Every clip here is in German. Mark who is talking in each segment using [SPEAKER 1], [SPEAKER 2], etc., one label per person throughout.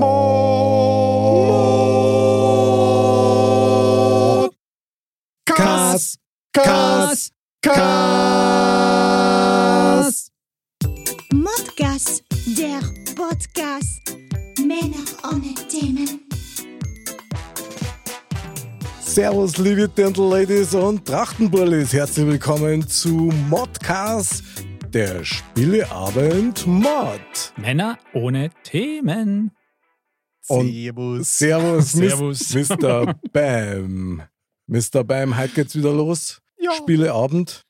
[SPEAKER 1] Moin.
[SPEAKER 2] Kas,
[SPEAKER 1] Kas,
[SPEAKER 2] Kas.
[SPEAKER 3] Modcast, der Podcast. Männer ohne Themen.
[SPEAKER 1] Servus, liebe Dirndl-Ladies und Trachtenbullis. Herzlich willkommen zu Modcast, der Spieleabend Mod.
[SPEAKER 2] Männer ohne Themen.
[SPEAKER 1] Und
[SPEAKER 4] Servus.
[SPEAKER 1] Servus,
[SPEAKER 2] Servus.
[SPEAKER 1] Mis- Mr. Bam. Mr. Bam, heute geht's wieder los.
[SPEAKER 4] Ja,
[SPEAKER 1] Spieleabend.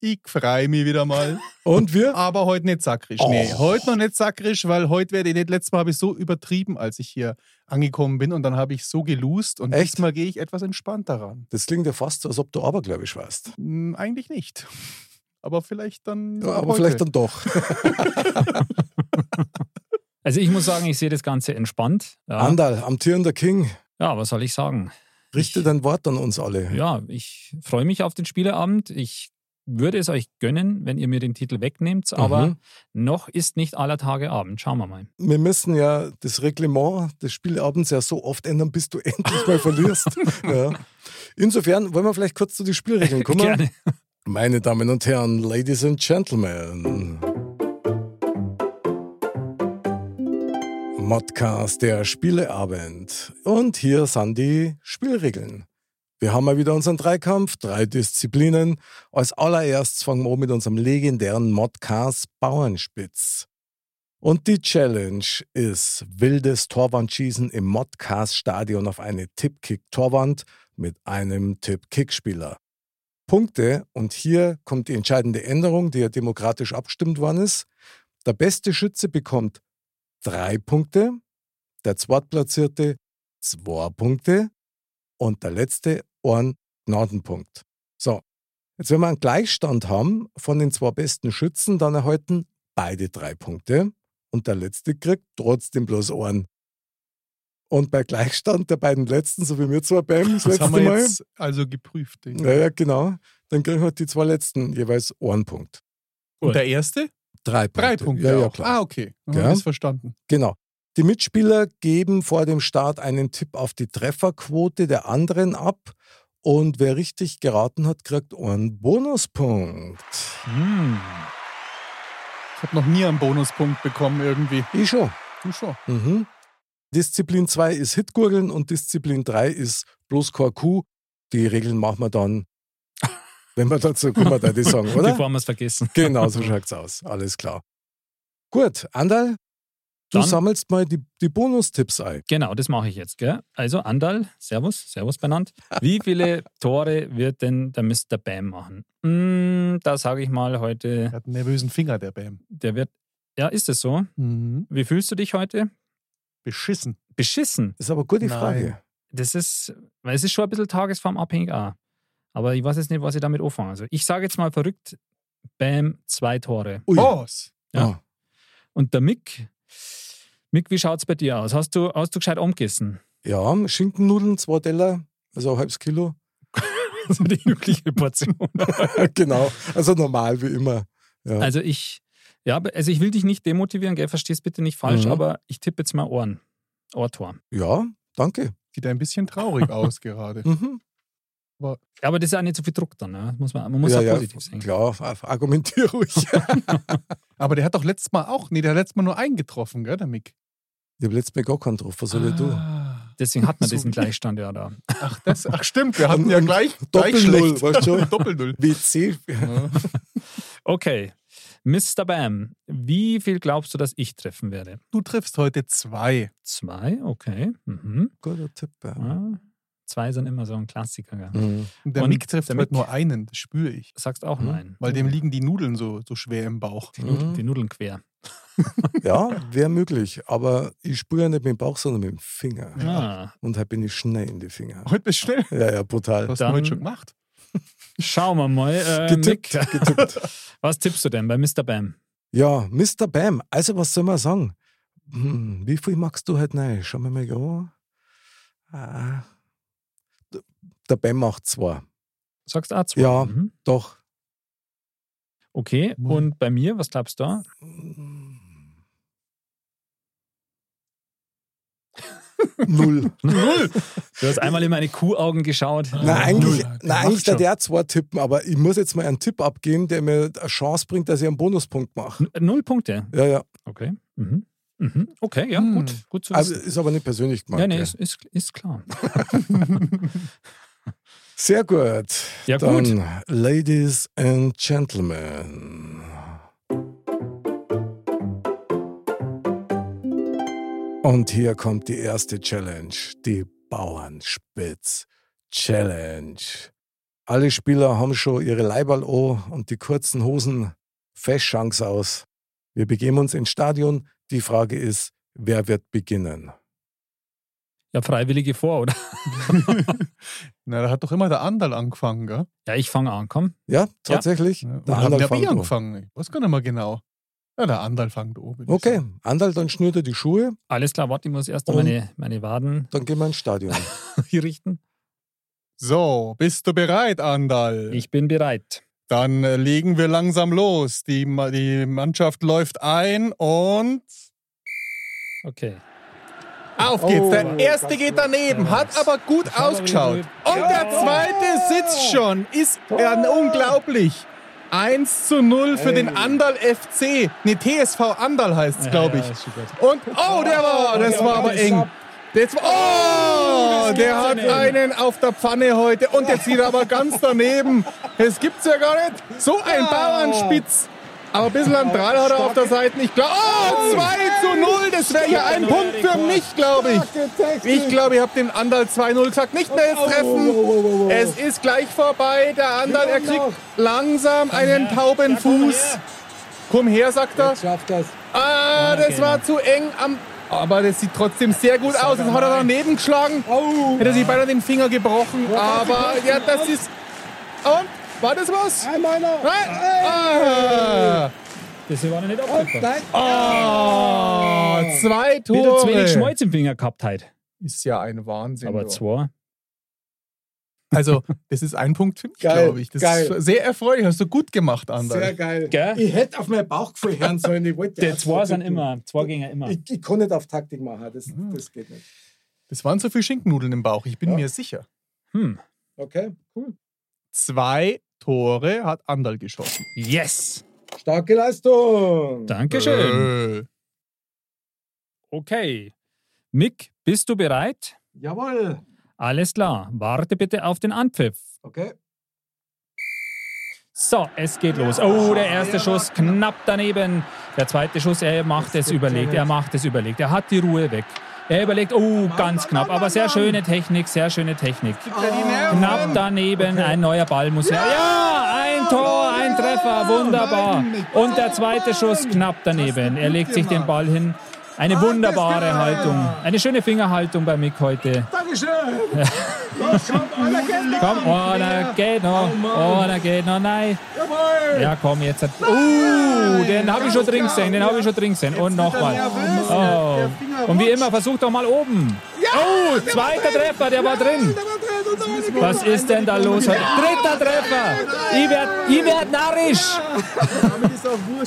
[SPEAKER 4] ich freue mich wieder mal.
[SPEAKER 1] Und wir?
[SPEAKER 4] Aber heute nicht sakrisch.
[SPEAKER 1] Oh.
[SPEAKER 4] Nee, heute noch nicht sakrisch, weil heute werde ich nicht. Letztes Mal habe ich so übertrieben, als ich hier angekommen bin und dann habe ich so gelust und
[SPEAKER 1] Echt?
[SPEAKER 4] diesmal gehe ich etwas entspannter ran.
[SPEAKER 1] Das klingt ja fast so, als ob du abergläubisch warst.
[SPEAKER 4] Hm, eigentlich nicht. Aber vielleicht dann.
[SPEAKER 1] Ja, aber
[SPEAKER 4] heute.
[SPEAKER 1] vielleicht dann doch.
[SPEAKER 2] Also ich muss sagen, ich sehe das Ganze entspannt. Ja,
[SPEAKER 1] Andal, amtierender King,
[SPEAKER 2] ja was soll ich sagen?
[SPEAKER 1] richte
[SPEAKER 2] Ich-
[SPEAKER 1] dein Wort an uns alle.
[SPEAKER 2] Ja, ich freue mich auf den Spieleabend. Ich würde es euch gönnen, wenn ihr mir den Titel wegnehmt, aber
[SPEAKER 1] Mhm.
[SPEAKER 2] noch ist nicht aller Tage Abend. Schauen wir mal.
[SPEAKER 1] wir müssen ja das Reglement des Spielabends ja so oft ändern, bis du endlich mal verlierst. ja. Insofern wollen wir vielleicht kurz zu den Spielregeln kommen.
[SPEAKER 2] Gerne.
[SPEAKER 1] Meine Damen und Herren, Ladies and Gentlemen. Modcast, der Spieleabend. Und hier sind die Spielregeln. Wir haben mal wieder unseren Dreikampf, drei Disziplinen. Als allererstes fangen wir an mit unserem legendären Modcast Bauernspitz. Und die Challenge ist wildes Torwandschießen im Modcast-Stadion auf eine Tippkick-Torwand mit einem Tippkick-Spieler. Punkte. Und hier kommt die entscheidende Änderung, die ja demokratisch abgestimmt worden ist. Der beste Schütze bekommt drei Punkte, der Zweitplatzierte zwei Punkte und der letzte einen Gnadenpunkt. So, jetzt wenn wir einen Gleichstand haben von den zwei besten Schützen, dann erhalten beide drei Punkte und der letzte kriegt trotzdem bloß einen. Und bei Gleichstand der beiden letzten, so wie wir zwei beim das
[SPEAKER 4] Das
[SPEAKER 1] letzte
[SPEAKER 4] haben wir
[SPEAKER 1] Mal,
[SPEAKER 4] jetzt also geprüft. Den.
[SPEAKER 1] ja, ja, genau. Dann kriegen wir die zwei letzten jeweils einen Punkt.
[SPEAKER 4] Und der erste?
[SPEAKER 1] Drei Punkte.
[SPEAKER 4] Drei Punkte.
[SPEAKER 1] Ja, ja,
[SPEAKER 4] auch.
[SPEAKER 1] klar.
[SPEAKER 4] Ah, okay. Dann
[SPEAKER 1] Ja.
[SPEAKER 4] habe ich verstanden.
[SPEAKER 1] Genau. Die Mitspieler geben vor dem Start einen Tipp auf die Trefferquote der anderen ab. Und wer richtig geraten hat, kriegt einen Bonuspunkt.
[SPEAKER 2] Hm.
[SPEAKER 4] Ich habe noch nie einen Bonuspunkt bekommen irgendwie.
[SPEAKER 1] Ich schon.
[SPEAKER 4] Du schon.
[SPEAKER 1] Mhm. Disziplin 2 ist Hitgurgeln und Disziplin 3 ist bloß kein Kuh. Die Regeln machen wir dann, wenn wir dazu kommen, da die sagen, oder?
[SPEAKER 2] Bevor wir es vergessen.
[SPEAKER 1] Genau, so schaut's aus. Alles klar. Gut, Andal, du
[SPEAKER 2] Dann-
[SPEAKER 1] sammelst mal die, die Bonustipps ein.
[SPEAKER 2] Genau, das mache ich jetzt. Gell? Also Andal, Servus, Servus benannt. Wie viele Tore wird denn der Mr. Bam machen? Hm, da sage ich mal heute,
[SPEAKER 4] Er hat einen nervösen Finger, der Bam.
[SPEAKER 2] der wird. Ja, ist es so?
[SPEAKER 4] Mhm.
[SPEAKER 2] Wie fühlst du dich heute?
[SPEAKER 4] Beschissen.
[SPEAKER 2] Beschissen.
[SPEAKER 1] Ist aber eine gute
[SPEAKER 4] Nein.
[SPEAKER 1] Frage.
[SPEAKER 2] Das ist, weil es ist schon ein bisschen tagesformabhängig auch. Aber ich weiß jetzt nicht, was ich damit anfange. Also ich sage jetzt mal verrückt, Bam, zwei Tore.
[SPEAKER 1] Ui.
[SPEAKER 5] Oh.
[SPEAKER 4] Boss.
[SPEAKER 2] Ja.
[SPEAKER 1] Ah.
[SPEAKER 2] Und der Mick, Mick, wie schaut es bei dir aus? Hast du, hast du gescheit umgegessen?
[SPEAKER 1] Ja, Schinkennudeln, zwei Teller, also ein halbes Kilo.
[SPEAKER 2] Also die übliche Portion.
[SPEAKER 1] genau, also normal wie immer. Ja.
[SPEAKER 2] Also ich, ja, also ich will dich nicht demotivieren, gell, verstehst bitte nicht falsch,
[SPEAKER 1] Mhm.
[SPEAKER 2] aber ich tippe jetzt mal Ohren. Ohrtor.
[SPEAKER 1] ja, danke.
[SPEAKER 4] Sieht ein bisschen traurig aus gerade.
[SPEAKER 1] Mhm.
[SPEAKER 2] Aber das ist auch nicht so viel Druck dann, ne? Das muss man, man muss
[SPEAKER 1] ja,
[SPEAKER 2] auch
[SPEAKER 1] ja,
[SPEAKER 2] positiv sein.
[SPEAKER 1] klar, argumentiere ruhig. ich
[SPEAKER 4] Aber der hat doch letztes Mal auch, nee, der hat letztes Mal nur einen getroffen, gell, der Mick?
[SPEAKER 1] habe letztes Mal gar keinen drauf, was soll ich tun?
[SPEAKER 4] Ah.
[SPEAKER 2] Deswegen hat man
[SPEAKER 4] So
[SPEAKER 2] diesen
[SPEAKER 4] wie-
[SPEAKER 2] Gleichstand ja da.
[SPEAKER 4] Ach, das, ach stimmt, wir hatten
[SPEAKER 1] Und-
[SPEAKER 4] ja
[SPEAKER 1] und
[SPEAKER 4] gleich, gleich
[SPEAKER 1] Doppel-Null,
[SPEAKER 4] schlecht.
[SPEAKER 1] weißt du?
[SPEAKER 4] Doppel-Null.
[SPEAKER 1] WC.
[SPEAKER 2] Okay. Mr. Bam, wie viel glaubst du, dass ich treffen werde?
[SPEAKER 4] Du triffst heute zwei.
[SPEAKER 2] Zwei, okay. Mhm.
[SPEAKER 1] Guter Tipp. Ja.
[SPEAKER 2] Ja. Zwei sind immer so ein Klassiker. gell?
[SPEAKER 1] Mhm.
[SPEAKER 4] Und der
[SPEAKER 2] Und
[SPEAKER 4] Mick trifft
[SPEAKER 2] der
[SPEAKER 4] heute
[SPEAKER 2] Mick-
[SPEAKER 4] nur einen, das spüre ich.
[SPEAKER 2] Sagst auch
[SPEAKER 1] Mhm.
[SPEAKER 2] nein.
[SPEAKER 4] Weil dem liegen die Nudeln so, so schwer im Bauch.
[SPEAKER 2] die Nudeln, die Nudeln quer.
[SPEAKER 1] ja, wäre möglich, aber ich spüre ja nicht mit dem Bauch, sondern mit dem Finger.
[SPEAKER 2] Ah,
[SPEAKER 1] Und halt bin ich schnell in die Finger.
[SPEAKER 4] Heute bist du schnell.
[SPEAKER 1] Ja, ja,
[SPEAKER 4] Was
[SPEAKER 1] brutal.
[SPEAKER 4] hast du denn
[SPEAKER 2] Dann-
[SPEAKER 4] heute schon gemacht?
[SPEAKER 2] schauen wir mal. Äh,
[SPEAKER 1] Getippt,
[SPEAKER 2] Mick,
[SPEAKER 1] getippt.
[SPEAKER 2] was tippst du denn bei Mr. Bam?
[SPEAKER 1] Ja, Mr. Bam, also was soll man sagen? Hm, wie viel magst du halt nein? Schauen wir mal an. Ah, d- der Bam macht zwei.
[SPEAKER 2] Sagst du auch zwei?
[SPEAKER 1] Ja.
[SPEAKER 2] Mhm.
[SPEAKER 1] Doch.
[SPEAKER 2] Okay,
[SPEAKER 4] Muss-
[SPEAKER 2] und bei mir, was glaubst du?
[SPEAKER 1] Hm, Null.
[SPEAKER 2] Null. Du hast einmal in meine Kuhaugen geschaut.
[SPEAKER 1] Na, eigentlich,
[SPEAKER 5] Null.
[SPEAKER 1] na,
[SPEAKER 5] Macht
[SPEAKER 1] eigentlich
[SPEAKER 5] schon.
[SPEAKER 1] der der zwei tippen, aber ich muss jetzt mal einen Tipp abgeben, der mir eine Chance bringt, dass ich einen Bonuspunkt mache.
[SPEAKER 2] N- Null Punkte.
[SPEAKER 1] Ja, ja.
[SPEAKER 2] Okay. Mhm. Mhm. Okay, ja,
[SPEAKER 5] Hm.
[SPEAKER 2] gut. Gut zu
[SPEAKER 1] Also
[SPEAKER 2] wissen.
[SPEAKER 1] ist aber nicht persönlich gemeint.
[SPEAKER 2] ja, nee,
[SPEAKER 1] gell?
[SPEAKER 2] ist, ist, ist klar.
[SPEAKER 1] Sehr gut.
[SPEAKER 2] Ja,
[SPEAKER 1] Dann,
[SPEAKER 2] gut.
[SPEAKER 1] Ladies and Gentlemen. Und hier kommt die erste Challenge, die Bauernspitz Challenge. Alle Spieler haben schon ihre Leiberl an und die kurzen Hosen Festschanks aus. Wir begeben uns ins Stadion. Die Frage ist, wer wird beginnen?
[SPEAKER 2] Ja, Freiwillige vor, oder?
[SPEAKER 5] Na, da hat doch immer der Andal angefangen, gell?
[SPEAKER 2] Ja, ich fange an, komm.
[SPEAKER 1] Ja, tatsächlich?
[SPEAKER 5] Ja,
[SPEAKER 1] Der
[SPEAKER 5] Oder haben
[SPEAKER 1] Anderl
[SPEAKER 5] der
[SPEAKER 1] fängt
[SPEAKER 5] Bier
[SPEAKER 1] an.
[SPEAKER 5] angefangen? Ich weiß gar nicht mehr genau. Ja, der Andal fängt an. würd ich
[SPEAKER 1] Okay,
[SPEAKER 5] sagen.
[SPEAKER 1] Andal, dann schnürt er die Schuhe.
[SPEAKER 2] Alles klar, warte, ich muss erst
[SPEAKER 1] Und-
[SPEAKER 2] meine, meine Waden
[SPEAKER 1] Dann gehen wir ins Stadion.
[SPEAKER 2] richten.
[SPEAKER 5] So, bist du bereit, Andal?
[SPEAKER 2] Ich bin bereit.
[SPEAKER 5] Dann äh, legen wir langsam los. Die, Ma- die Mannschaft läuft ein und
[SPEAKER 2] Okay.
[SPEAKER 5] auf geht's.
[SPEAKER 1] Oh,
[SPEAKER 5] der erste geht daneben, hat aber gut ausgeschaut. Und der zweite sitzt schon. Ist äh, unglaublich. 1 zu 0 für den Andal FC. Ne, TSV Andal heißt's, glaube ich.
[SPEAKER 2] Ja, ist schon gut.
[SPEAKER 5] Und oh, der war, das war aber eng. Das war, oh, der hat einen auf der Pfanne heute und jetzt wieder aber ganz daneben. Das gibt's ja gar nicht. So ein Bauernspitz. Aber ein bisschen an Drall hat er auf der Seite. Ich glaube, oh, 2 zu 0. Das wäre ja ein Punkt für mich, glaube ich. Ich glaube, ich habe den Andal 2-0 gesagt. Nicht mehr jetzt treffen. Es ist gleich vorbei. Der Andal, er kriegt langsam einen tauben Fuß. Komm her, sagt er.
[SPEAKER 1] Schafft das.
[SPEAKER 5] Ah, das war zu eng am. Aber das sieht trotzdem sehr gut aus. Das hat er daneben geschlagen. Hätte sich beinahe den Finger gebrochen. Aber ja, das ist. Und? War das was? Ah.
[SPEAKER 1] Ein meiner.
[SPEAKER 5] Nein!
[SPEAKER 2] Das hier war noch nicht abgekommen.
[SPEAKER 1] Oh, Nein.
[SPEAKER 5] Ah, zwei
[SPEAKER 2] Wieder zu wenig
[SPEAKER 5] Tore.
[SPEAKER 2] Schmalz im Finger gehabt heute.
[SPEAKER 5] Ist ja ein Wahnsinn.
[SPEAKER 2] Aber
[SPEAKER 5] du.
[SPEAKER 2] zwei.
[SPEAKER 5] Also, das ist ein Punkt für mich,
[SPEAKER 1] Geil,
[SPEAKER 5] glaube ich. Das
[SPEAKER 1] geil.
[SPEAKER 5] ist sehr erfreulich. Hast du gut gemacht,
[SPEAKER 1] Sehr
[SPEAKER 5] Andal.
[SPEAKER 1] geil.
[SPEAKER 2] Gell?
[SPEAKER 1] Ich hätte auf mein Bauchgefühl hören sollen. Ich wollte
[SPEAKER 2] Der
[SPEAKER 1] erst
[SPEAKER 2] zwei
[SPEAKER 1] so
[SPEAKER 2] sind
[SPEAKER 1] tippen.
[SPEAKER 2] immer. Mhm. Zwei gehen ja immer.
[SPEAKER 1] Ich, ich kann nicht auf Taktik machen. Das, das geht nicht.
[SPEAKER 5] Das waren so viele Schinknudeln im Bauch. Ich bin mir sicher.
[SPEAKER 2] Hm.
[SPEAKER 1] Okay, cool.
[SPEAKER 5] Zwei Tore hat Andal geschossen.
[SPEAKER 2] Yes!
[SPEAKER 1] Starke Leistung.
[SPEAKER 2] Dankeschön.
[SPEAKER 5] Äh.
[SPEAKER 2] Okay. Mick, bist du bereit?
[SPEAKER 1] Jawohl.
[SPEAKER 2] Alles klar. Warte bitte auf den Anpfiff.
[SPEAKER 1] Okay.
[SPEAKER 2] So, es geht los. Oh, der erste Schuss knapp daneben. Der zweite Schuss, er macht es überlegt, er macht es überlegt. Er hat die Ruhe weg. Er überlegt, oh, ganz knapp, aber sehr schöne Technik, sehr schöne Technik. Knapp daneben, ein neuer Ball muss her. Ja, ein Tor, ein Treffer, wunderbar. Und der zweite Schuss knapp daneben. Er legt sich den Ball hin. Eine wunderbare Haltung, eine schöne Fingerhaltung bei Mick heute.
[SPEAKER 1] Dankeschön. Los, komm, einer geht noch.
[SPEAKER 2] Komm, oh, da geht noch, oh, da geht noch, nein.
[SPEAKER 1] Jawohl.
[SPEAKER 2] Ja, komm, jetzt. hat- Uh, den habe ich schon drin gesehen, den habe ich schon drin gesehen. Und nochmal. Oh. Und wie immer, versuch doch mal oben. Oh, zweiter Treffer, der war drin. Was ist denn da los? heute? Dritter Treffer. Ich werd, ich werd narrisch.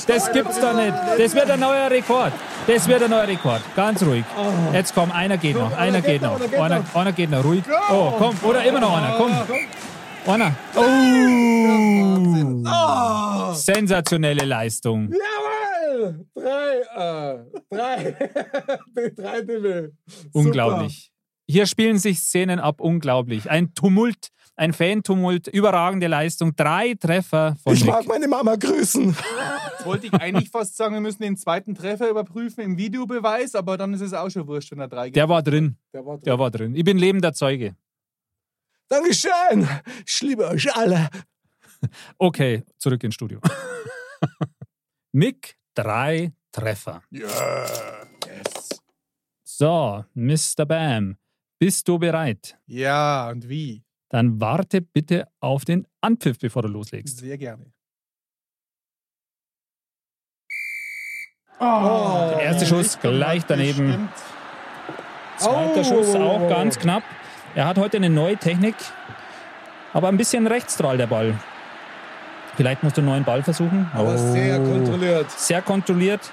[SPEAKER 2] Das gibt's doch nicht. Das wird ein neuer Rekord. Das wird ein neuer Rekord. Ganz ruhig. Jetzt komm, einer geht noch, Oh. einer geht noch. Einer, einer geht noch, ruhig. Oh, komm, oder immer noch einer, komm. Einer. Oh. Sensationelle Leistung.
[SPEAKER 1] Jawohl. Drei. Äh, drei. Die drei Dimmel.
[SPEAKER 2] Unglaublich. Hier spielen sich Szenen ab, unglaublich. Ein Tumult, ein Fan-Tumult, überragende Leistung. Drei Treffer von
[SPEAKER 1] Ich mag
[SPEAKER 2] Mick.
[SPEAKER 1] meine Mama grüßen.
[SPEAKER 5] wollte ich eigentlich fast sagen, wir müssen den zweiten Treffer überprüfen im Videobeweis, aber dann ist es auch schon wurscht, wenn er drei
[SPEAKER 2] Der war drin,
[SPEAKER 1] Der war drin.
[SPEAKER 2] der war drin. Ich bin lebender Zeuge.
[SPEAKER 1] Dankeschön. Ich liebe euch alle.
[SPEAKER 2] Okay, zurück ins Studio. Mick, drei Treffer.
[SPEAKER 5] Yes.
[SPEAKER 2] So, Mr. Bam, bist du bereit?
[SPEAKER 5] Ja, und wie?
[SPEAKER 2] Dann warte bitte auf den Anpfiff, bevor du loslegst.
[SPEAKER 5] Sehr gerne.
[SPEAKER 2] Der erste Schuss gleich daneben. Zweiter
[SPEAKER 5] Oh.
[SPEAKER 1] Au.
[SPEAKER 2] Schuss auch ganz knapp. Er hat heute eine neue Technik, aber ein bisschen rechtsstrahl der Ball. Vielleicht musst du einen neuen Ball versuchen. Oh.
[SPEAKER 1] Aber sehr kontrolliert.
[SPEAKER 2] Sehr kontrolliert.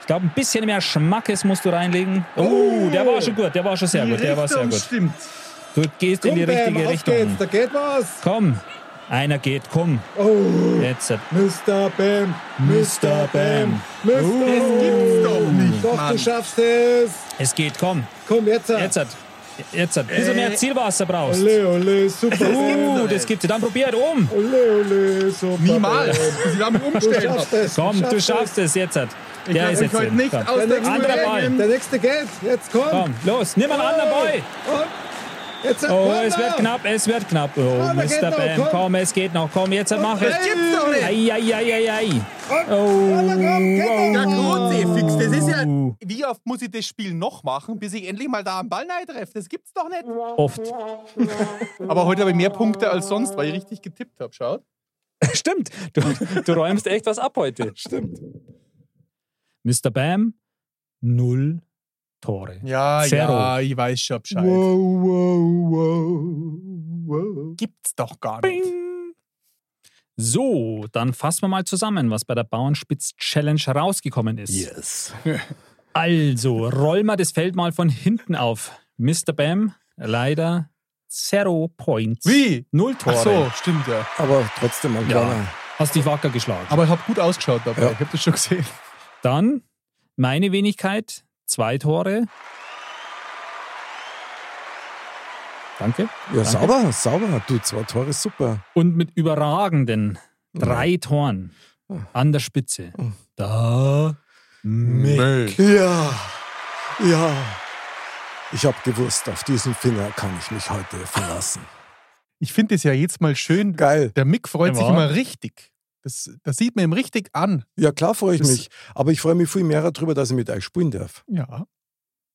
[SPEAKER 2] Ich glaube, ein bisschen mehr Schmackes musst du reinlegen. Oh, der war schon gut, der war schon sehr gut, der war sehr gut.
[SPEAKER 5] stimmt.
[SPEAKER 2] Du gehst in die
[SPEAKER 4] Bam,
[SPEAKER 2] richtige
[SPEAKER 4] auf
[SPEAKER 2] Richtung.
[SPEAKER 4] geht's, da geht was.
[SPEAKER 2] Komm, einer geht, komm.
[SPEAKER 4] Oh,
[SPEAKER 2] Jetzt.
[SPEAKER 4] Mr. Bam, Mr. Bam, Mr.
[SPEAKER 2] Uh.
[SPEAKER 5] Das gibt's doch nicht,
[SPEAKER 4] Doch,
[SPEAKER 5] Mann.
[SPEAKER 4] du schaffst es.
[SPEAKER 2] Es geht, komm.
[SPEAKER 4] Komm, jetzt.
[SPEAKER 2] Jetzt. Jetzt. Ein bisschen mehr Zielwasser brauchst.
[SPEAKER 4] Ole, ole, super.
[SPEAKER 2] Uh, das gibt's. Dann probier halt um.
[SPEAKER 4] Ole, ole, super.
[SPEAKER 5] Niemals.
[SPEAKER 4] Bam.
[SPEAKER 5] Sie damit
[SPEAKER 4] Du
[SPEAKER 5] umstellen.
[SPEAKER 4] schaffst es.
[SPEAKER 2] Komm, du schaffst es jetzt. Der
[SPEAKER 5] Ich lass mich
[SPEAKER 2] ist jetzt
[SPEAKER 5] heute
[SPEAKER 2] drin.
[SPEAKER 5] nicht
[SPEAKER 2] Komm.
[SPEAKER 5] aus der
[SPEAKER 4] nächste
[SPEAKER 2] Anderer
[SPEAKER 5] Ruhe
[SPEAKER 2] Ball.
[SPEAKER 5] bringen.
[SPEAKER 4] Der nächste geht. Jetzt komm.
[SPEAKER 2] Komm, los, nimm einen anderen Ball.
[SPEAKER 4] Und jetzt
[SPEAKER 2] Oh,
[SPEAKER 4] komm,
[SPEAKER 2] es wird
[SPEAKER 4] Mann.
[SPEAKER 2] knapp, es wird knapp. Oh,
[SPEAKER 4] da geht
[SPEAKER 2] Mr.
[SPEAKER 4] noch,
[SPEAKER 2] Bam, komm.
[SPEAKER 4] komm.
[SPEAKER 2] es geht noch, komm, jetzt mach es.
[SPEAKER 5] Das gibt's doch nicht.
[SPEAKER 2] Eieieiei.
[SPEAKER 5] Ja,
[SPEAKER 4] Oh.
[SPEAKER 5] Kruzifix, das ist ja...
[SPEAKER 2] Uh.
[SPEAKER 5] Wie oft muss ich das Spiel noch machen, bis ich endlich mal da am Ball nahe treffe? Das gibt's doch nicht.
[SPEAKER 2] Oh, Oft.
[SPEAKER 5] Aber heute habe ich mehr Punkte als sonst, weil ich richtig getippt habe. Schaut.
[SPEAKER 2] Stimmt, du, du räumst echt was ab heute. Stimmt. Mr. Bam, null Tore.
[SPEAKER 5] Ja,
[SPEAKER 2] Zero.
[SPEAKER 5] ja, ich weiß schon Bescheid. Gibt's doch gar nicht.
[SPEAKER 2] Bing. So, dann fassen wir mal zusammen, was bei der Bauernspitz-Challenge rausgekommen ist.
[SPEAKER 1] Yes.
[SPEAKER 2] Also, roll mal das Feld mal von hinten auf. Mr. Bam, leider zero Points.
[SPEAKER 5] Wie?
[SPEAKER 2] Null
[SPEAKER 5] Ach
[SPEAKER 2] Tore.
[SPEAKER 5] so, stimmt ja.
[SPEAKER 1] Aber trotzdem ein
[SPEAKER 2] Ja.
[SPEAKER 1] kleiner.
[SPEAKER 2] Hast dich wacker geschlagen.
[SPEAKER 5] Aber ich habe gut ausgeschaut dabei.
[SPEAKER 1] Ja.
[SPEAKER 5] Ich habe das schon gesehen.
[SPEAKER 2] Dann meine Wenigkeit, zwei Tore. Danke.
[SPEAKER 1] Ja,
[SPEAKER 2] Danke.
[SPEAKER 1] sauber, sauber. Du, zwei Tore, super.
[SPEAKER 2] Und mit überragenden drei Toren an der Spitze. Da.
[SPEAKER 5] Müll.
[SPEAKER 1] Ja, ja. Ich habe gewusst, auf diesen Finger kann ich mich heute verlassen.
[SPEAKER 5] Ich finde es ja jetzt mal schön.
[SPEAKER 1] Geil.
[SPEAKER 5] Der Mick freut sich
[SPEAKER 2] Ja.
[SPEAKER 5] immer richtig. Das, das sieht man ihm richtig an.
[SPEAKER 1] Ja, klar freue ich
[SPEAKER 5] Das-
[SPEAKER 1] mich. Aber ich freue mich viel mehr darüber, dass ich mit euch spielen darf.
[SPEAKER 5] Ja.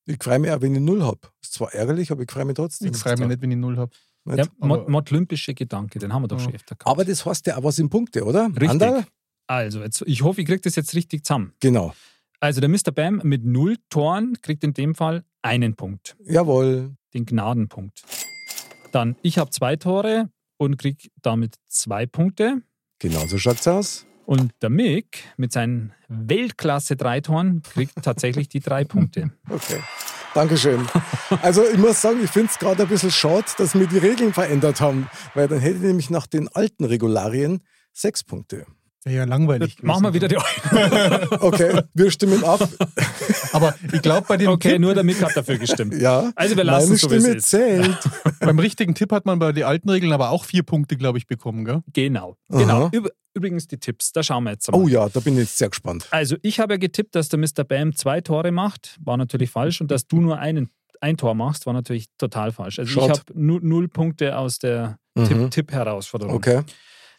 [SPEAKER 1] Ich freue mich auch, wenn ich Null habe. Ist zwar ärgerlich, aber ich freue mich trotzdem.
[SPEAKER 5] Ich freue mich nicht, wenn ich null habe.
[SPEAKER 1] Nicht?
[SPEAKER 2] Der Mod-
[SPEAKER 5] aber-
[SPEAKER 2] modlympische Gedanke, den haben wir doch
[SPEAKER 5] Ja.
[SPEAKER 2] schon öfter gehabt.
[SPEAKER 1] Aber das heißt ja auch was in Punkte, oder?
[SPEAKER 2] Richtig.
[SPEAKER 1] Anderl?
[SPEAKER 2] Also, jetzt, ich hoffe, ich kriege das jetzt richtig zusammen.
[SPEAKER 1] Genau.
[SPEAKER 2] Also, der Mr. Bam mit null Toren kriegt in dem Fall einen Punkt.
[SPEAKER 1] Jawohl.
[SPEAKER 2] den Gnadenpunkt. Dann, ich habe zwei Tore und kriege damit zwei Punkte.
[SPEAKER 1] Genau so schaut's aus.
[SPEAKER 2] Und der Mick mit seinen Weltklasse drei Toren kriegt tatsächlich die drei Punkte.
[SPEAKER 1] Okay. Dankeschön. Also ich muss sagen, ich finde es gerade ein bisschen schade, dass wir die Regeln verändert haben, weil dann hätte ich nämlich nach den alten Regularien sechs Punkte.
[SPEAKER 5] Wäre ja langweilig.
[SPEAKER 2] Machen wir
[SPEAKER 5] gewesen.
[SPEAKER 2] wieder die
[SPEAKER 1] Okay, wir stimmen ab.
[SPEAKER 5] Aber ich glaube, bei dem
[SPEAKER 2] Okay,
[SPEAKER 5] Tipp,
[SPEAKER 2] nur der Mick hat dafür gestimmt.
[SPEAKER 1] Ja.
[SPEAKER 2] Also wir lassen
[SPEAKER 1] Meine
[SPEAKER 2] es so, wie es
[SPEAKER 1] Stimme
[SPEAKER 2] ist.
[SPEAKER 1] zählt.
[SPEAKER 5] beim richtigen Tipp hat man bei den alten Regeln aber auch vier Punkte, glaube ich, bekommen, gell?
[SPEAKER 2] Genau.
[SPEAKER 1] Aha.
[SPEAKER 2] genau. Üb- Übrigens die Tipps, da schauen wir jetzt mal.
[SPEAKER 1] Oh ja, da bin ich jetzt sehr gespannt.
[SPEAKER 2] Also ich habe ja getippt, dass der Mr. Bam zwei Tore macht, war natürlich falsch. Und dass du nur einen, ein Tor machst, war natürlich total falsch. Also ich
[SPEAKER 1] Schrott.
[SPEAKER 2] habe nu- null Punkte aus der
[SPEAKER 1] Mhm.
[SPEAKER 2] Tipp- Tipp-Herausforderung.
[SPEAKER 1] Okay.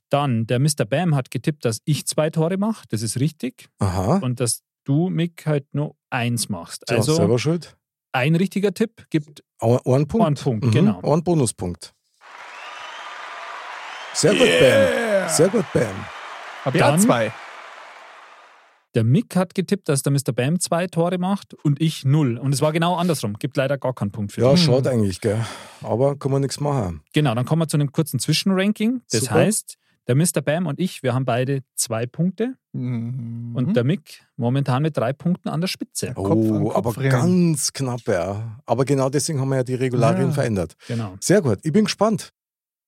[SPEAKER 2] Dann, der Mr. Bam hat getippt, dass ich zwei Tore mache. Das ist richtig.
[SPEAKER 1] Aha.
[SPEAKER 2] Und dass du, Mick, halt nur eins machst.
[SPEAKER 1] Tja,
[SPEAKER 2] Also
[SPEAKER 1] selber schuld.
[SPEAKER 2] ein richtiger Tipp gibt
[SPEAKER 1] Ein ein Punkt.
[SPEAKER 2] einen Punkt, genau.
[SPEAKER 1] Ein Bonuspunkt. Sehr gut, Bam. Sehr gut, Bam.
[SPEAKER 5] Hab da
[SPEAKER 2] Dann-
[SPEAKER 5] zwei.
[SPEAKER 2] Der Mick hat getippt, dass der Mr. Bam zwei Tore macht und ich null. Und es war genau andersrum. Gibt leider gar keinen Punkt für
[SPEAKER 1] Ja,
[SPEAKER 2] dich.
[SPEAKER 1] schaut eigentlich, gell. Aber kann man nichts machen.
[SPEAKER 2] Genau, dann kommen wir zu einem kurzen Zwischenranking. Das
[SPEAKER 1] Super.
[SPEAKER 2] heißt, der Mr. Bam und ich, wir haben beide zwei Punkte und
[SPEAKER 1] Mhm.
[SPEAKER 5] Und
[SPEAKER 2] der Mick momentan mit drei Punkten an der Spitze.
[SPEAKER 1] Oh,
[SPEAKER 5] Kopf an Kopf
[SPEAKER 1] aber
[SPEAKER 5] rennen.
[SPEAKER 1] ganz knapp, ja. Aber genau deswegen haben wir ja die Regularien
[SPEAKER 5] Ja.
[SPEAKER 1] verändert.
[SPEAKER 2] Genau.
[SPEAKER 1] Sehr gut, ich bin gespannt.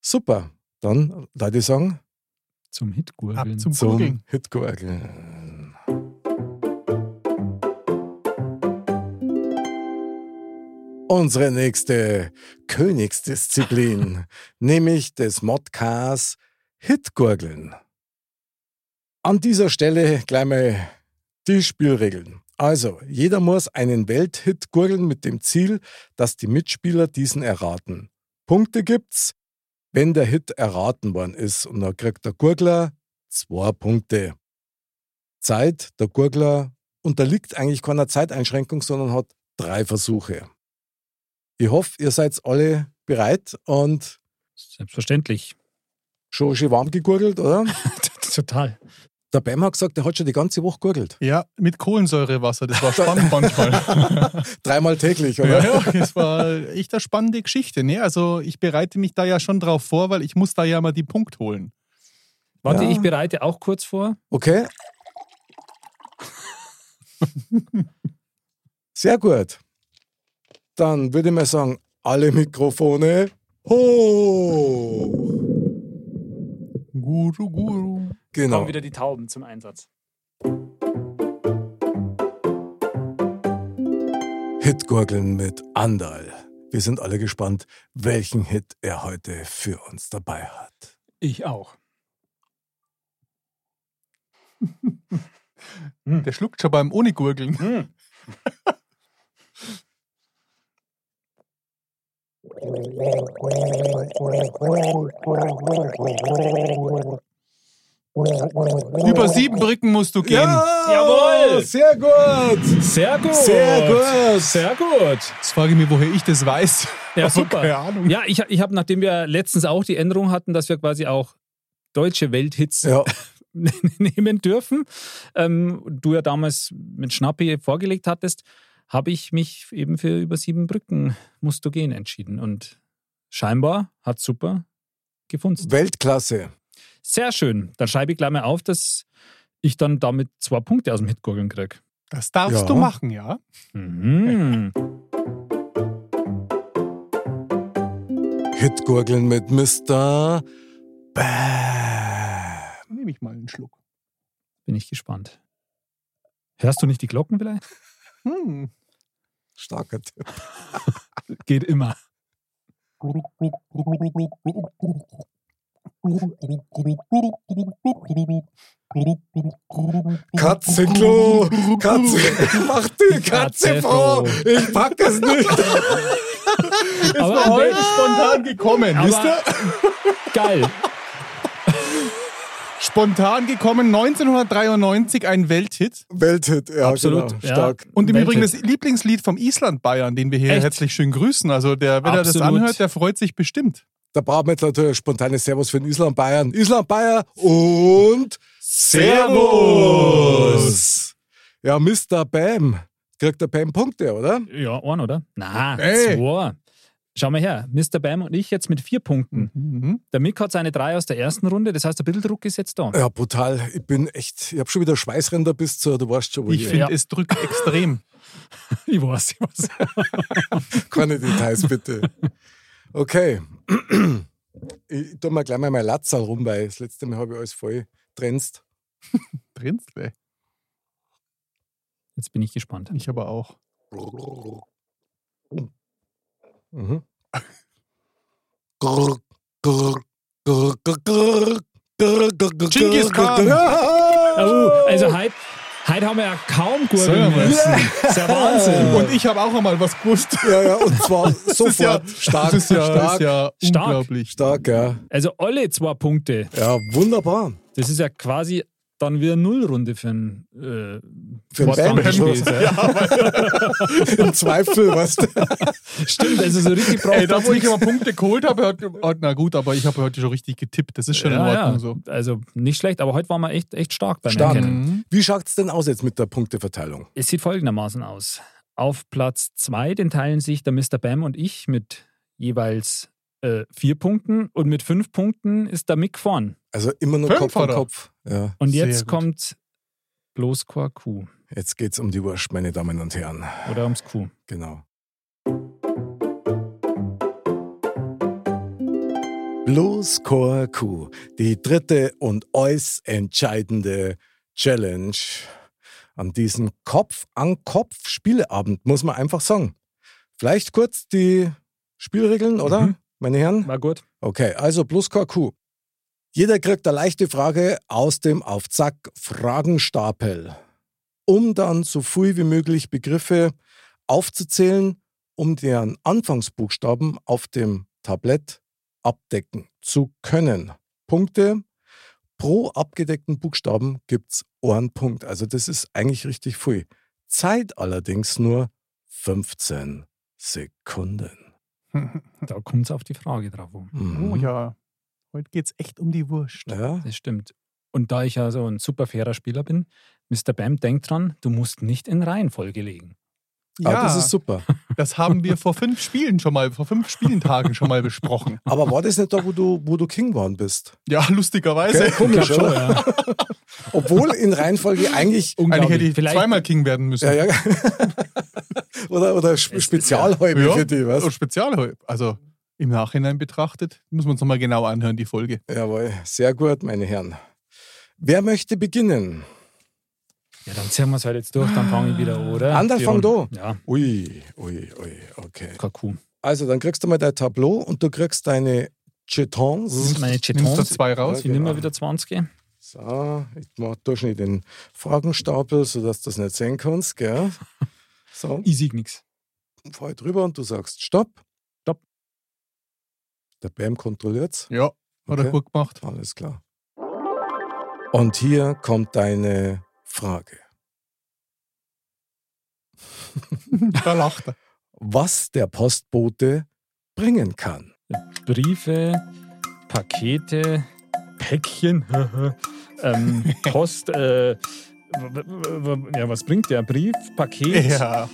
[SPEAKER 1] Super. Dann, da die sagen,
[SPEAKER 2] Zum Hitgurgeln.
[SPEAKER 5] Ab zum
[SPEAKER 1] zum
[SPEAKER 5] Kugeln.
[SPEAKER 1] Hitgurgeln. Unsere nächste Königsdisziplin, nämlich des Modcars Hitgurgeln. An dieser Stelle gleich mal die Spielregeln. Also, jeder muss einen Welthit gurgeln mit dem Ziel, dass die Mitspieler diesen erraten. Punkte gibt's, wenn der Hit erraten worden ist und dann kriegt der Gurgler zwei Punkte. Zeit, der Gurgler unterliegt eigentlich keiner Zeiteinschränkung, sondern hat drei Versuche. Ich hoffe, ihr seid alle bereit und
[SPEAKER 2] Selbstverständlich.
[SPEAKER 1] schon schön warm gegurgelt, oder?
[SPEAKER 2] Total.
[SPEAKER 1] der Bam hat gesagt, der hat schon die ganze Woche gurgelt.
[SPEAKER 5] Ja, mit Kohlensäurewasser. Das war spannend manchmal.
[SPEAKER 1] Dreimal täglich, oder?
[SPEAKER 5] Ja, ja, das war echt eine spannende Geschichte. Ne? Also ich bereite mich da ja schon drauf vor, weil ich muss da ja mal die Punkt holen.
[SPEAKER 2] Warte,
[SPEAKER 1] Ja.
[SPEAKER 2] ich bereite auch kurz vor.
[SPEAKER 1] Okay. Sehr gut. Dann würde ich mal sagen, alle Mikrofone hoch.
[SPEAKER 5] Guru, Guru.
[SPEAKER 1] Genau.
[SPEAKER 6] Kommen wieder die Tauben zum Einsatz.
[SPEAKER 1] Hitgurgeln mit Andal. Wir sind alle gespannt, welchen Hit er heute für uns dabei hat.
[SPEAKER 6] Ich auch.
[SPEAKER 5] Der schluckt schon beim ohne Gurgeln.
[SPEAKER 1] Hm.
[SPEAKER 5] Über sieben Brücken musst du gehen.
[SPEAKER 2] Jawohl!
[SPEAKER 1] Sehr gut!
[SPEAKER 2] Sehr gut.
[SPEAKER 1] Sehr gut.
[SPEAKER 2] Oh, Sehr gut.
[SPEAKER 5] Oh. Jetzt frage ich mich, woher ich das weiß.
[SPEAKER 2] Ja,
[SPEAKER 5] Aber
[SPEAKER 2] super.
[SPEAKER 5] Keine Ahnung.
[SPEAKER 2] Ja, ich, ich habe, nachdem wir letztens auch die Änderung hatten, dass wir quasi auch deutsche Welthits
[SPEAKER 1] Ja,
[SPEAKER 2] nehmen dürfen, ähm, du ja damals mit Schnappi vorgelegt hattest, habe ich mich eben für über sieben Brücken musst du gehen entschieden. Und scheinbar hat super gefunzt.
[SPEAKER 1] Weltklasse.
[SPEAKER 2] Sehr schön. Dann schreibe ich gleich mal auf, dass ich dann damit zwei Punkte aus dem Hitgurgeln kriege.
[SPEAKER 5] Das darfst
[SPEAKER 1] Ja.
[SPEAKER 5] du machen, ja?
[SPEAKER 2] Mhm.
[SPEAKER 1] Hitgurgeln mit Mr. Bam.
[SPEAKER 5] Nehme ich mal einen Schluck.
[SPEAKER 2] Bin ich gespannt. Hörst du nicht die Glocken vielleicht?
[SPEAKER 5] Hm.
[SPEAKER 1] Starker Tipp.
[SPEAKER 2] Geht immer.
[SPEAKER 1] Katzenklo! Katze! Mach die Katze
[SPEAKER 2] Katze
[SPEAKER 1] froh!
[SPEAKER 2] froh.
[SPEAKER 1] Ich pack es nicht!
[SPEAKER 2] Aber
[SPEAKER 5] War heute spontan gekommen,
[SPEAKER 2] Aber-
[SPEAKER 5] wisst ihr?
[SPEAKER 2] geil.
[SPEAKER 5] Spontan gekommen, 1993 ein Welthit.
[SPEAKER 1] Welthit, ja,
[SPEAKER 2] Absolut.
[SPEAKER 1] Genau.
[SPEAKER 2] ja.
[SPEAKER 1] Stark.
[SPEAKER 5] Und im
[SPEAKER 2] Welthit.
[SPEAKER 5] Übrigen das Lieblingslied vom Island Bayern, den wir hier
[SPEAKER 2] Echt?
[SPEAKER 5] herzlich schön grüßen. Also der, wenn er das
[SPEAKER 2] Absolut.
[SPEAKER 5] anhört, der freut sich bestimmt.
[SPEAKER 1] Da brauchen wir jetzt natürlich ein spontanes Servus für den Island Bayern. Island Bayer und Servus! Ja, Mr. Bam. Kriegt der Bam Punkte, oder?
[SPEAKER 2] Ja, ein, oder? Na,
[SPEAKER 5] Ey.
[SPEAKER 2] zwei. Schau mal her, Mr. Bam und ich jetzt mit vier Punkten.
[SPEAKER 5] Mhm.
[SPEAKER 2] Der Mick hat seine drei aus der ersten Runde, das heißt, ein bisschen Druck ist jetzt da.
[SPEAKER 1] Ja, brutal. Ich bin echt, ich habe schon wieder Schweißränder bis zur, du weißt schon, wo
[SPEAKER 5] Ich
[SPEAKER 1] ich,
[SPEAKER 5] finde,
[SPEAKER 2] Ja.
[SPEAKER 5] es drückt extrem.
[SPEAKER 2] Ich weiß, ich weiß.
[SPEAKER 1] Keine Details, bitte. Okay. Ich tu mir gleich mal mein Latzal rum, weil das letzte Mal habe ich alles voll trenzt.
[SPEAKER 5] Prinzle.
[SPEAKER 2] Jetzt bin ich gespannt.
[SPEAKER 5] Ich aber auch.
[SPEAKER 1] Mhm. Genghis
[SPEAKER 5] Khan.
[SPEAKER 2] Oh, also heute, heute haben wir ja kaum Gurgeln
[SPEAKER 5] Sehr
[SPEAKER 2] mehr. Das ist ja Wahnsinn.
[SPEAKER 5] Und ich habe auch einmal was gewusst.
[SPEAKER 1] Ja, ja, und zwar sofort. stark,
[SPEAKER 5] Das ist ja,
[SPEAKER 1] stark,
[SPEAKER 5] ist ja
[SPEAKER 2] Stark.
[SPEAKER 5] unglaublich.
[SPEAKER 1] stark, ja.
[SPEAKER 2] Also alle zwei Punkte.
[SPEAKER 1] Ja, wunderbar.
[SPEAKER 2] Das ist ja quasi dann wieder Nullrunde für einen äh,
[SPEAKER 1] Für den
[SPEAKER 2] Fortgang
[SPEAKER 1] Bam
[SPEAKER 2] gespielt, ja.
[SPEAKER 1] im Zweifel, weißt du.
[SPEAKER 2] Stimmt, also so richtig braucht
[SPEAKER 5] Ey, da
[SPEAKER 2] das
[SPEAKER 5] wo ich
[SPEAKER 2] nichts.
[SPEAKER 5] immer Punkte geholt habe, hat, hat, na gut, aber ich habe heute schon richtig getippt. Das ist schon in Ordnung so. Mhm.
[SPEAKER 2] Also nicht schlecht, aber heute waren wir echt, echt stark beim
[SPEAKER 1] Stark.
[SPEAKER 2] Erkennen.
[SPEAKER 1] Wie schaut es denn aus jetzt mit der Punkteverteilung?
[SPEAKER 2] Es sieht folgendermaßen aus. Auf Platz 2, den teilen sich der Mr. Bam und ich mit jeweils äh, vier Punkten und mit fünf Punkten ist der Mick vorn.
[SPEAKER 1] Also immer nur
[SPEAKER 5] Fünf
[SPEAKER 1] Kopf an
[SPEAKER 5] oder?
[SPEAKER 1] Kopf. Ja,
[SPEAKER 2] Und
[SPEAKER 5] Sehr
[SPEAKER 2] jetzt
[SPEAKER 5] gut.
[SPEAKER 2] kommt bloß Q
[SPEAKER 1] jetzt geht's um die Wurst, meine Damen und Herren.
[SPEAKER 2] oder ums Q.
[SPEAKER 1] Genau. Bloß Chor Q, die dritte und äußerst entscheidende Challenge. An diesem Kopf-an-Kopf-Spieleabend muss man einfach sagen. Vielleicht kurz die Spielregeln, oder,
[SPEAKER 2] Mhm.
[SPEAKER 1] meine Herren?
[SPEAKER 2] War gut.
[SPEAKER 1] Okay, also plus KQ. Jeder kriegt eine leichte Frage aus dem Aufzack-Fragenstapel, um dann so viel wie möglich Begriffe aufzuzählen, um deren Anfangsbuchstaben auf dem Tablett abdecken zu können. Punkte. Pro abgedeckten Buchstaben gibt's einen Punkt. Also das ist eigentlich richtig viel. Zeit allerdings nur 15 Sekunden.
[SPEAKER 2] Da kommt es auf die Frage drauf um. an.
[SPEAKER 1] Mhm.
[SPEAKER 5] Oh ja, heute geht's echt um die Wurst.
[SPEAKER 1] Ja.
[SPEAKER 2] Das stimmt. Und da ich ja so ein super fairer Spieler bin, Mr. Bam, denk dran, du musst nicht in Reihenfolge legen.
[SPEAKER 1] Ah, das ist super.
[SPEAKER 5] Das haben wir vor fünf Spielen schon mal, vor fünf Spielentagen schon mal besprochen.
[SPEAKER 1] Aber war das nicht da, wo du, wo du King geworden bist?
[SPEAKER 5] Ja, lustigerweise.
[SPEAKER 1] Gell? Komisch,
[SPEAKER 2] Schon,
[SPEAKER 1] oder?
[SPEAKER 2] ja.
[SPEAKER 1] Obwohl in Reihenfolge eigentlich.
[SPEAKER 5] Eigentlich hätte ich
[SPEAKER 2] Vielleicht-
[SPEAKER 5] zweimal King werden müssen.
[SPEAKER 1] Ja, ja. oder oder Sp- Spezialhäube
[SPEAKER 5] Ja,
[SPEAKER 1] für die, was?
[SPEAKER 5] oh, Spezialhäub. Also im Nachhinein betrachtet, muss man uns nochmal genau anhören, die Folge.
[SPEAKER 1] Jawohl, sehr gut, meine Herren. Wer möchte beginnen?
[SPEAKER 2] ja, dann ziehen wir es halt jetzt durch, dann fange ich wieder,
[SPEAKER 5] Ah.
[SPEAKER 2] an, oder?
[SPEAKER 1] Anderl, fang du.
[SPEAKER 2] Ja,
[SPEAKER 1] Ui, ui, ui, okay.
[SPEAKER 2] Kaku.
[SPEAKER 1] Also, dann kriegst du mal dein Tableau und du kriegst deine
[SPEAKER 2] Das
[SPEAKER 1] Jetons. genau.
[SPEAKER 2] ist meine
[SPEAKER 5] Nimmst du
[SPEAKER 2] Chetons.
[SPEAKER 5] zwei genau. raus?
[SPEAKER 2] Ich nehme mal wieder 20.
[SPEAKER 1] So, ich mach durchschnitt den Fragenstapel, sodass du das nicht sehen kannst, gell? So,
[SPEAKER 2] Ich sieg nichts.
[SPEAKER 1] fahr ich drüber und du sagst Stopp.
[SPEAKER 2] Stopp.
[SPEAKER 1] Der Bam kontrolliert's.
[SPEAKER 5] Ja, hat
[SPEAKER 1] Okay.
[SPEAKER 5] er gut gemacht.
[SPEAKER 1] Alles klar. Und hier kommt deine Frage.
[SPEAKER 5] Da lacht er.
[SPEAKER 1] Was der Postbote bringen kann.
[SPEAKER 2] Briefe, Pakete, Päckchen, ähm, Post. Äh, w- w- w- ja, was bringt der? Brief, Paket.
[SPEAKER 5] Ja.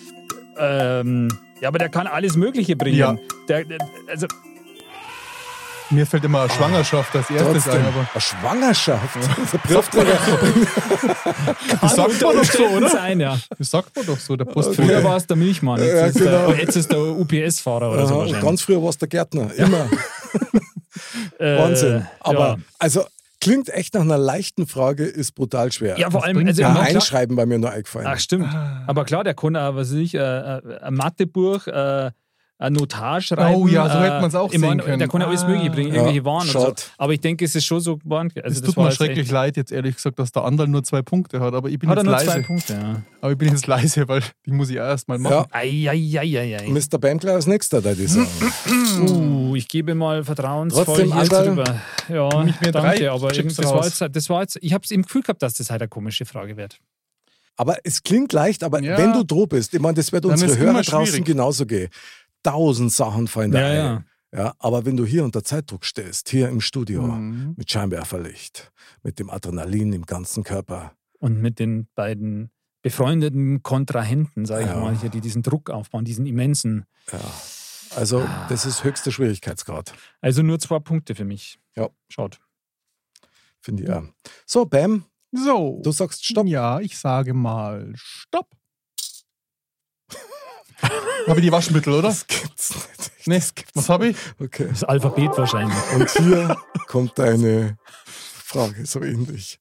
[SPEAKER 2] Ähm, ja, aber der kann alles Mögliche bringen.
[SPEAKER 5] Ja.
[SPEAKER 2] Der, der, also,
[SPEAKER 5] Mir fällt immer eine Schwangerschaft als erstes ein,
[SPEAKER 1] Trotzdem,
[SPEAKER 5] aber
[SPEAKER 1] eine Schwangerschaft. Der Postbote-
[SPEAKER 5] das sagt man doch so, oder?
[SPEAKER 2] Sein, ja.
[SPEAKER 5] Das sagt man doch so, der
[SPEAKER 2] Früher
[SPEAKER 5] Postbote.
[SPEAKER 2] war es der Milchmann, jetzt,
[SPEAKER 1] Ja,
[SPEAKER 2] ist,
[SPEAKER 1] genau.
[SPEAKER 2] der, jetzt ist der UPS-Fahrer oder so
[SPEAKER 1] Aha,
[SPEAKER 2] wahrscheinlich.
[SPEAKER 1] Ganz früher war es der Gärtner. Immer.
[SPEAKER 2] Äh,
[SPEAKER 1] Wahnsinn. Aber
[SPEAKER 2] ja.
[SPEAKER 1] also klingt echt nach einer leichten Frage, ist brutal schwer.
[SPEAKER 2] Ja, vor
[SPEAKER 1] Was
[SPEAKER 2] allem,
[SPEAKER 1] bringt
[SPEAKER 2] also
[SPEAKER 1] ja,
[SPEAKER 2] immer klar-
[SPEAKER 1] einschreiben bei mir nur eingefallen.
[SPEAKER 2] Ach stimmt.
[SPEAKER 5] Ah.
[SPEAKER 2] Aber klar, der kann auch, was weiß ich, äh, äh, ein Mathebuch, äh, ein Notar schreiben.
[SPEAKER 5] Oh ja, so
[SPEAKER 2] äh,
[SPEAKER 5] hätte man's auch
[SPEAKER 2] ich mein,
[SPEAKER 5] sehen können.
[SPEAKER 2] Der kann ja alles
[SPEAKER 5] Ah.
[SPEAKER 2] Mögliche bringen,
[SPEAKER 1] Ja,
[SPEAKER 2] irgendwelche Waren oder so.
[SPEAKER 1] schade.
[SPEAKER 2] Aber ich denke, es ist schon so geworden. Also
[SPEAKER 5] Es
[SPEAKER 2] das
[SPEAKER 5] tut
[SPEAKER 2] war
[SPEAKER 5] mir
[SPEAKER 2] jetzt
[SPEAKER 5] schrecklich
[SPEAKER 2] echt-
[SPEAKER 5] leid, jetzt ehrlich gesagt, dass der Anderl nur zwei Punkte hat, aber ich bin
[SPEAKER 2] Hat er
[SPEAKER 5] jetzt
[SPEAKER 2] nur zwei
[SPEAKER 5] leise.
[SPEAKER 2] Punkte, ja.
[SPEAKER 5] Aber ich bin jetzt leise, weil die muss ich auch erstmal machen.
[SPEAKER 1] Ja.
[SPEAKER 2] Eieieiei.
[SPEAKER 1] Mr. Bamkler als nächster, da die sagen.
[SPEAKER 2] Uh, ich gebe mal vertrauensvoll
[SPEAKER 1] Trotzdem,
[SPEAKER 2] hier
[SPEAKER 1] Anderl,
[SPEAKER 2] drüber. Ja,
[SPEAKER 5] nicht mehr
[SPEAKER 2] danke,
[SPEAKER 5] drei
[SPEAKER 2] aber
[SPEAKER 5] Chips
[SPEAKER 2] irgendwie- das war,
[SPEAKER 5] raus.
[SPEAKER 2] jetzt, das war jetzt, ich habe es im Gefühl gehabt, dass das halt eine komische Frage wird.
[SPEAKER 1] Aber es klingt leicht, aber
[SPEAKER 5] Ja.
[SPEAKER 1] wenn du droh bist, ich meine, das wird
[SPEAKER 5] Dann
[SPEAKER 1] unsere
[SPEAKER 5] ist immer
[SPEAKER 1] Hörer draußen
[SPEAKER 5] schwierig.
[SPEAKER 1] genauso gehen. Tausend Sachen fallen da
[SPEAKER 2] Ja,
[SPEAKER 1] ein. Ja. aber wenn du hier unter Zeitdruck stehst, hier im Studio,
[SPEAKER 5] Mhm.
[SPEAKER 1] mit Scheinwerferlicht, mit dem Adrenalin im ganzen Körper,
[SPEAKER 2] Und mit den beiden befreundeten Kontrahenten, sage ich
[SPEAKER 1] Ja.
[SPEAKER 2] mal, hier, die diesen Druck aufbauen, diesen immensen.
[SPEAKER 1] also
[SPEAKER 5] Ah.
[SPEAKER 1] das ist höchster Schwierigkeitsgrad,
[SPEAKER 2] Also nur zwei Punkte für mich.
[SPEAKER 1] Ja.
[SPEAKER 2] Schaut.
[SPEAKER 1] finde ich. Ja. So, Bam,
[SPEAKER 5] So.
[SPEAKER 1] du sagst Stopp.
[SPEAKER 5] Ja, ich sage mal Stopp. habe ich die Waschmittel, oder?
[SPEAKER 1] Das gibt's nicht.
[SPEAKER 5] Nee, was habe ich?
[SPEAKER 1] Okay.
[SPEAKER 2] Das Alphabet wahrscheinlich.
[SPEAKER 1] Und hier kommt eine Frage, so ähnlich.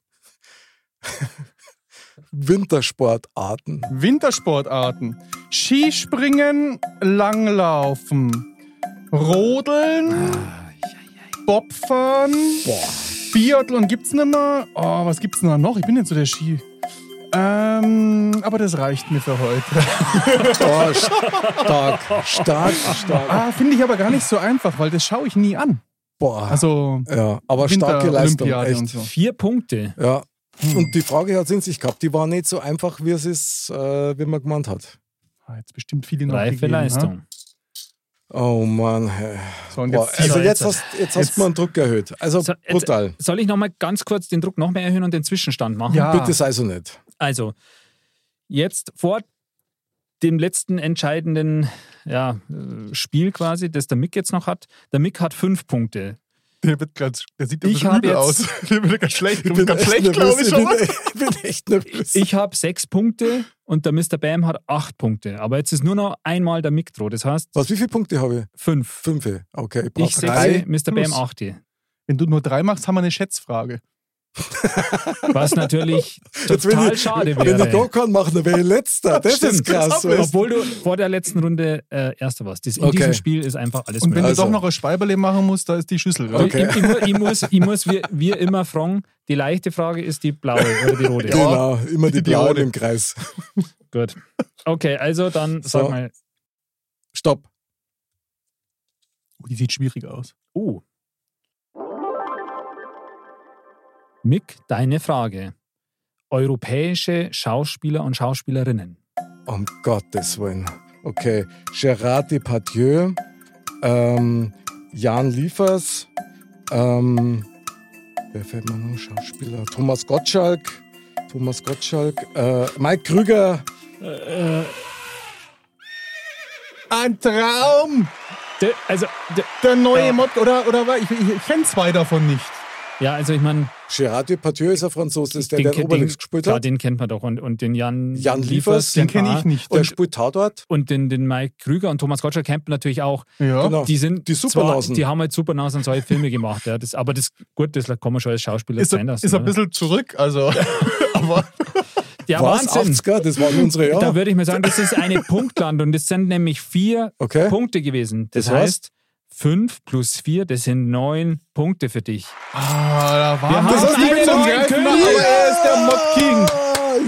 [SPEAKER 1] Wintersportarten.
[SPEAKER 5] Wintersportarten. Skispringen, Langlaufen,
[SPEAKER 1] Ah,
[SPEAKER 5] Rodeln, Bobfahren, Biathlon gibt's nicht mehr. Oh, was gibt's denn da noch? Ich bin nicht so der Ski. Ähm, aber das reicht mir für heute.
[SPEAKER 1] Oh, stark, stark, stark.
[SPEAKER 5] Ah, finde ich aber gar nicht so einfach, weil das schaue ich nie an.
[SPEAKER 1] Boah.
[SPEAKER 5] Also
[SPEAKER 1] ja, aber Oh, starke Leistung.
[SPEAKER 5] Winterolympiade
[SPEAKER 1] Echt.
[SPEAKER 5] und so. Hm.
[SPEAKER 2] Vier Punkte.
[SPEAKER 1] Ja. Und die Frage hat es in sich gehabt. Die war nicht so einfach, wie es ist, äh, wie man gemeint hat.
[SPEAKER 5] Ah, jetzt bestimmt viele noch
[SPEAKER 2] Reife
[SPEAKER 1] ne?
[SPEAKER 5] gegeben, ha?
[SPEAKER 2] Leistung.
[SPEAKER 1] Oh Mann. hey.
[SPEAKER 5] So, und
[SPEAKER 1] Boah,
[SPEAKER 5] jetzt
[SPEAKER 1] also
[SPEAKER 2] So,
[SPEAKER 1] jetzt
[SPEAKER 2] jetzt-
[SPEAKER 1] hast, jetzt hast du mal einen Druck erhöht. Also
[SPEAKER 2] So, jetzt-
[SPEAKER 1] brutal.
[SPEAKER 2] Soll ich nochmal ganz kurz den Druck noch mehr erhöhen und den Zwischenstand machen?
[SPEAKER 5] Ja.
[SPEAKER 1] Bitte sei so nicht.
[SPEAKER 2] Also, jetzt vor dem letzten entscheidenden ja, äh, Spiel quasi, das der Mick jetzt noch hat. Der Mick hat fünf Punkte.
[SPEAKER 5] der wird ganz, der sieht ein
[SPEAKER 2] Ich
[SPEAKER 5] bisschen
[SPEAKER 2] hab
[SPEAKER 5] müde aus.
[SPEAKER 2] jetzt-
[SPEAKER 5] Der wird ganz schlecht, der wird ganz
[SPEAKER 1] echt
[SPEAKER 5] schlecht, glaube ich
[SPEAKER 1] nervös.
[SPEAKER 5] schon.
[SPEAKER 1] ich bin, ich bin echt nervös.
[SPEAKER 2] Ich habe sechs Punkte und der Mr. Bam hat acht Punkte. Aber jetzt ist nur noch einmal der Mick droht. Das heißt
[SPEAKER 1] Was, wie viele Punkte habe ich?
[SPEAKER 2] fünf.
[SPEAKER 1] Fünfe. Okay, ich brauche
[SPEAKER 2] Ich
[SPEAKER 1] drei.
[SPEAKER 2] sechs, Mr. Bam
[SPEAKER 5] plus.
[SPEAKER 2] acht. die.
[SPEAKER 5] Wenn du nur drei machst, haben wir eine Schätzfrage.
[SPEAKER 2] Was natürlich
[SPEAKER 1] Jetzt, wenn
[SPEAKER 2] total
[SPEAKER 1] ich-
[SPEAKER 2] schade
[SPEAKER 1] Wenn
[SPEAKER 2] wäre.
[SPEAKER 1] ich gar keinen machen, dann wäre ich letzter. Das ist
[SPEAKER 2] Stimmt.
[SPEAKER 1] krass. weißt du?
[SPEAKER 2] Obwohl du vor der letzten Runde äh, Erster warst. Das, in
[SPEAKER 1] Okay.
[SPEAKER 2] diesem Spiel ist einfach alles
[SPEAKER 5] Und wenn
[SPEAKER 2] möglich. Also
[SPEAKER 1] Also-
[SPEAKER 5] du doch noch ein Schweiberle machen musst, da ist die Schüssel.
[SPEAKER 1] Okay.
[SPEAKER 5] Okay.
[SPEAKER 2] Ich, ich, mu- ich muss, ich muss wie, wie immer fragen, die leichte Frage ist die blaue oder die rote.
[SPEAKER 1] Genau, immer die
[SPEAKER 5] Die
[SPEAKER 1] Blauen
[SPEAKER 5] Rote.
[SPEAKER 1] im Kreis.
[SPEAKER 2] Gut. Okay, also dann sag
[SPEAKER 1] So.
[SPEAKER 2] mal.
[SPEAKER 1] Stopp.
[SPEAKER 5] Die sieht schwierig aus.
[SPEAKER 2] Oh. Mick, deine Frage. Europäische Schauspieler und Schauspielerinnen.
[SPEAKER 1] Um Gottes Willen. Okay, Gerard Depardieu, ähm, Jan Liefers, ähm, wer fällt mir noch? Schauspieler? Thomas Gottschalk, Thomas Gottschalk, äh, Mike Krüger.
[SPEAKER 4] Ein Traum!
[SPEAKER 2] D- Also, d-
[SPEAKER 4] Der neue Mod, oder, oder war, ich, ich, ich kenne zwei davon nicht.
[SPEAKER 2] ja, also ich meine,
[SPEAKER 1] Gerard Depardieu ist ein Franzose, das ist der,
[SPEAKER 2] den,
[SPEAKER 1] der den
[SPEAKER 2] den, den,
[SPEAKER 1] Obelix gespielt
[SPEAKER 2] klar,
[SPEAKER 1] hat.
[SPEAKER 2] den kennt man doch. Und, und den Jan,
[SPEAKER 1] Jan Liefers,
[SPEAKER 2] den
[SPEAKER 4] kenn ich nicht.
[SPEAKER 1] Der
[SPEAKER 2] Und,
[SPEAKER 1] spielt Tatort.
[SPEAKER 2] und den, den Mike Krüger und Thomas Gottschalk kennt man natürlich auch.
[SPEAKER 4] Ja.
[SPEAKER 1] Genau.
[SPEAKER 2] Die sind
[SPEAKER 1] Die
[SPEAKER 2] zwar,
[SPEAKER 1] Supernasen.
[SPEAKER 2] Die haben halt Supernasen und solche Filme gemacht. Ja. Das, aber das, gut, das kann man schon als Schauspieler
[SPEAKER 4] Ist,
[SPEAKER 2] sein
[SPEAKER 4] er,
[SPEAKER 2] lassen.
[SPEAKER 4] ist er ein
[SPEAKER 2] oder?
[SPEAKER 4] bisschen zurück, also. aber
[SPEAKER 2] ja,
[SPEAKER 1] Was?
[SPEAKER 2] Wahnsinn.
[SPEAKER 1] 80er? Das waren unsere
[SPEAKER 2] Da
[SPEAKER 1] Jahre.
[SPEAKER 2] würde ich mal sagen, das ist eine Punktlandung. Das sind nämlich vier
[SPEAKER 1] Okay.
[SPEAKER 2] Punkte gewesen. Das,
[SPEAKER 1] Das heißt?
[SPEAKER 2] heißt, fünf plus vier, das sind neun Punkte für dich.
[SPEAKER 4] Ah, da war
[SPEAKER 2] Wir haben einen neuen König.
[SPEAKER 4] aber er ist der Mod King.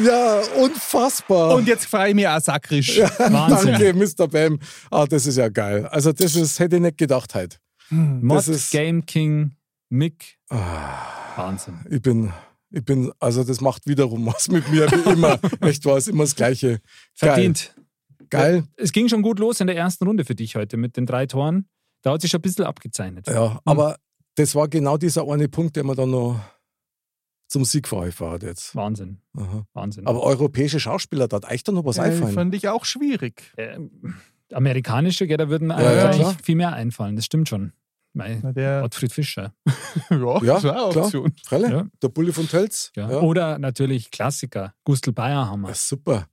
[SPEAKER 1] Ah, ja, unfassbar.
[SPEAKER 4] Und jetzt frei mir auch sakrisch.
[SPEAKER 2] Wahnsinn.
[SPEAKER 1] Danke, Mr. Bam. Ah, das ist ja geil. Also, das ist, hätte ich nicht gedacht heute.
[SPEAKER 2] Mod
[SPEAKER 4] Hm.
[SPEAKER 1] Das ist- Ah.
[SPEAKER 2] Game King Mick. Wahnsinn.
[SPEAKER 1] Ich bin, ich bin, also, das macht wiederum was mit mir, wie immer. Echt war es immer das Gleiche. Geil.
[SPEAKER 2] Verdient.
[SPEAKER 1] Geil.
[SPEAKER 2] Es ging schon gut los in der ersten Runde für dich heute mit den drei Toren. Da hat sich schon ein bisschen abgezeichnet.
[SPEAKER 4] Mhm.
[SPEAKER 1] Ja, aber das war genau dieser eine Punkt, der mir dann noch zum Sieg verholfen hat jetzt.
[SPEAKER 2] Wahnsinn.
[SPEAKER 1] Aha.
[SPEAKER 2] Wahnsinn.
[SPEAKER 1] Aber europäische Schauspieler, da hat echt dann noch was einfallen.
[SPEAKER 4] fand Mhm. ich auch schwierig.
[SPEAKER 2] Ähm, amerikanische, gell, da würden
[SPEAKER 1] ja,
[SPEAKER 2] eigentlich
[SPEAKER 1] klar.
[SPEAKER 2] viel mehr einfallen. Das stimmt schon. Mein
[SPEAKER 4] Na, der,
[SPEAKER 2] Ottfried Fischer.
[SPEAKER 4] ja,
[SPEAKER 1] Ja,
[SPEAKER 4] das war eine
[SPEAKER 1] klar.
[SPEAKER 4] Option. Oh,
[SPEAKER 1] Frelle?
[SPEAKER 2] Ja.
[SPEAKER 1] Der Bulli von Tölz?
[SPEAKER 2] Ja. Oder natürlich Klassiker, Gustl Bayerhammer.
[SPEAKER 1] Ah, super.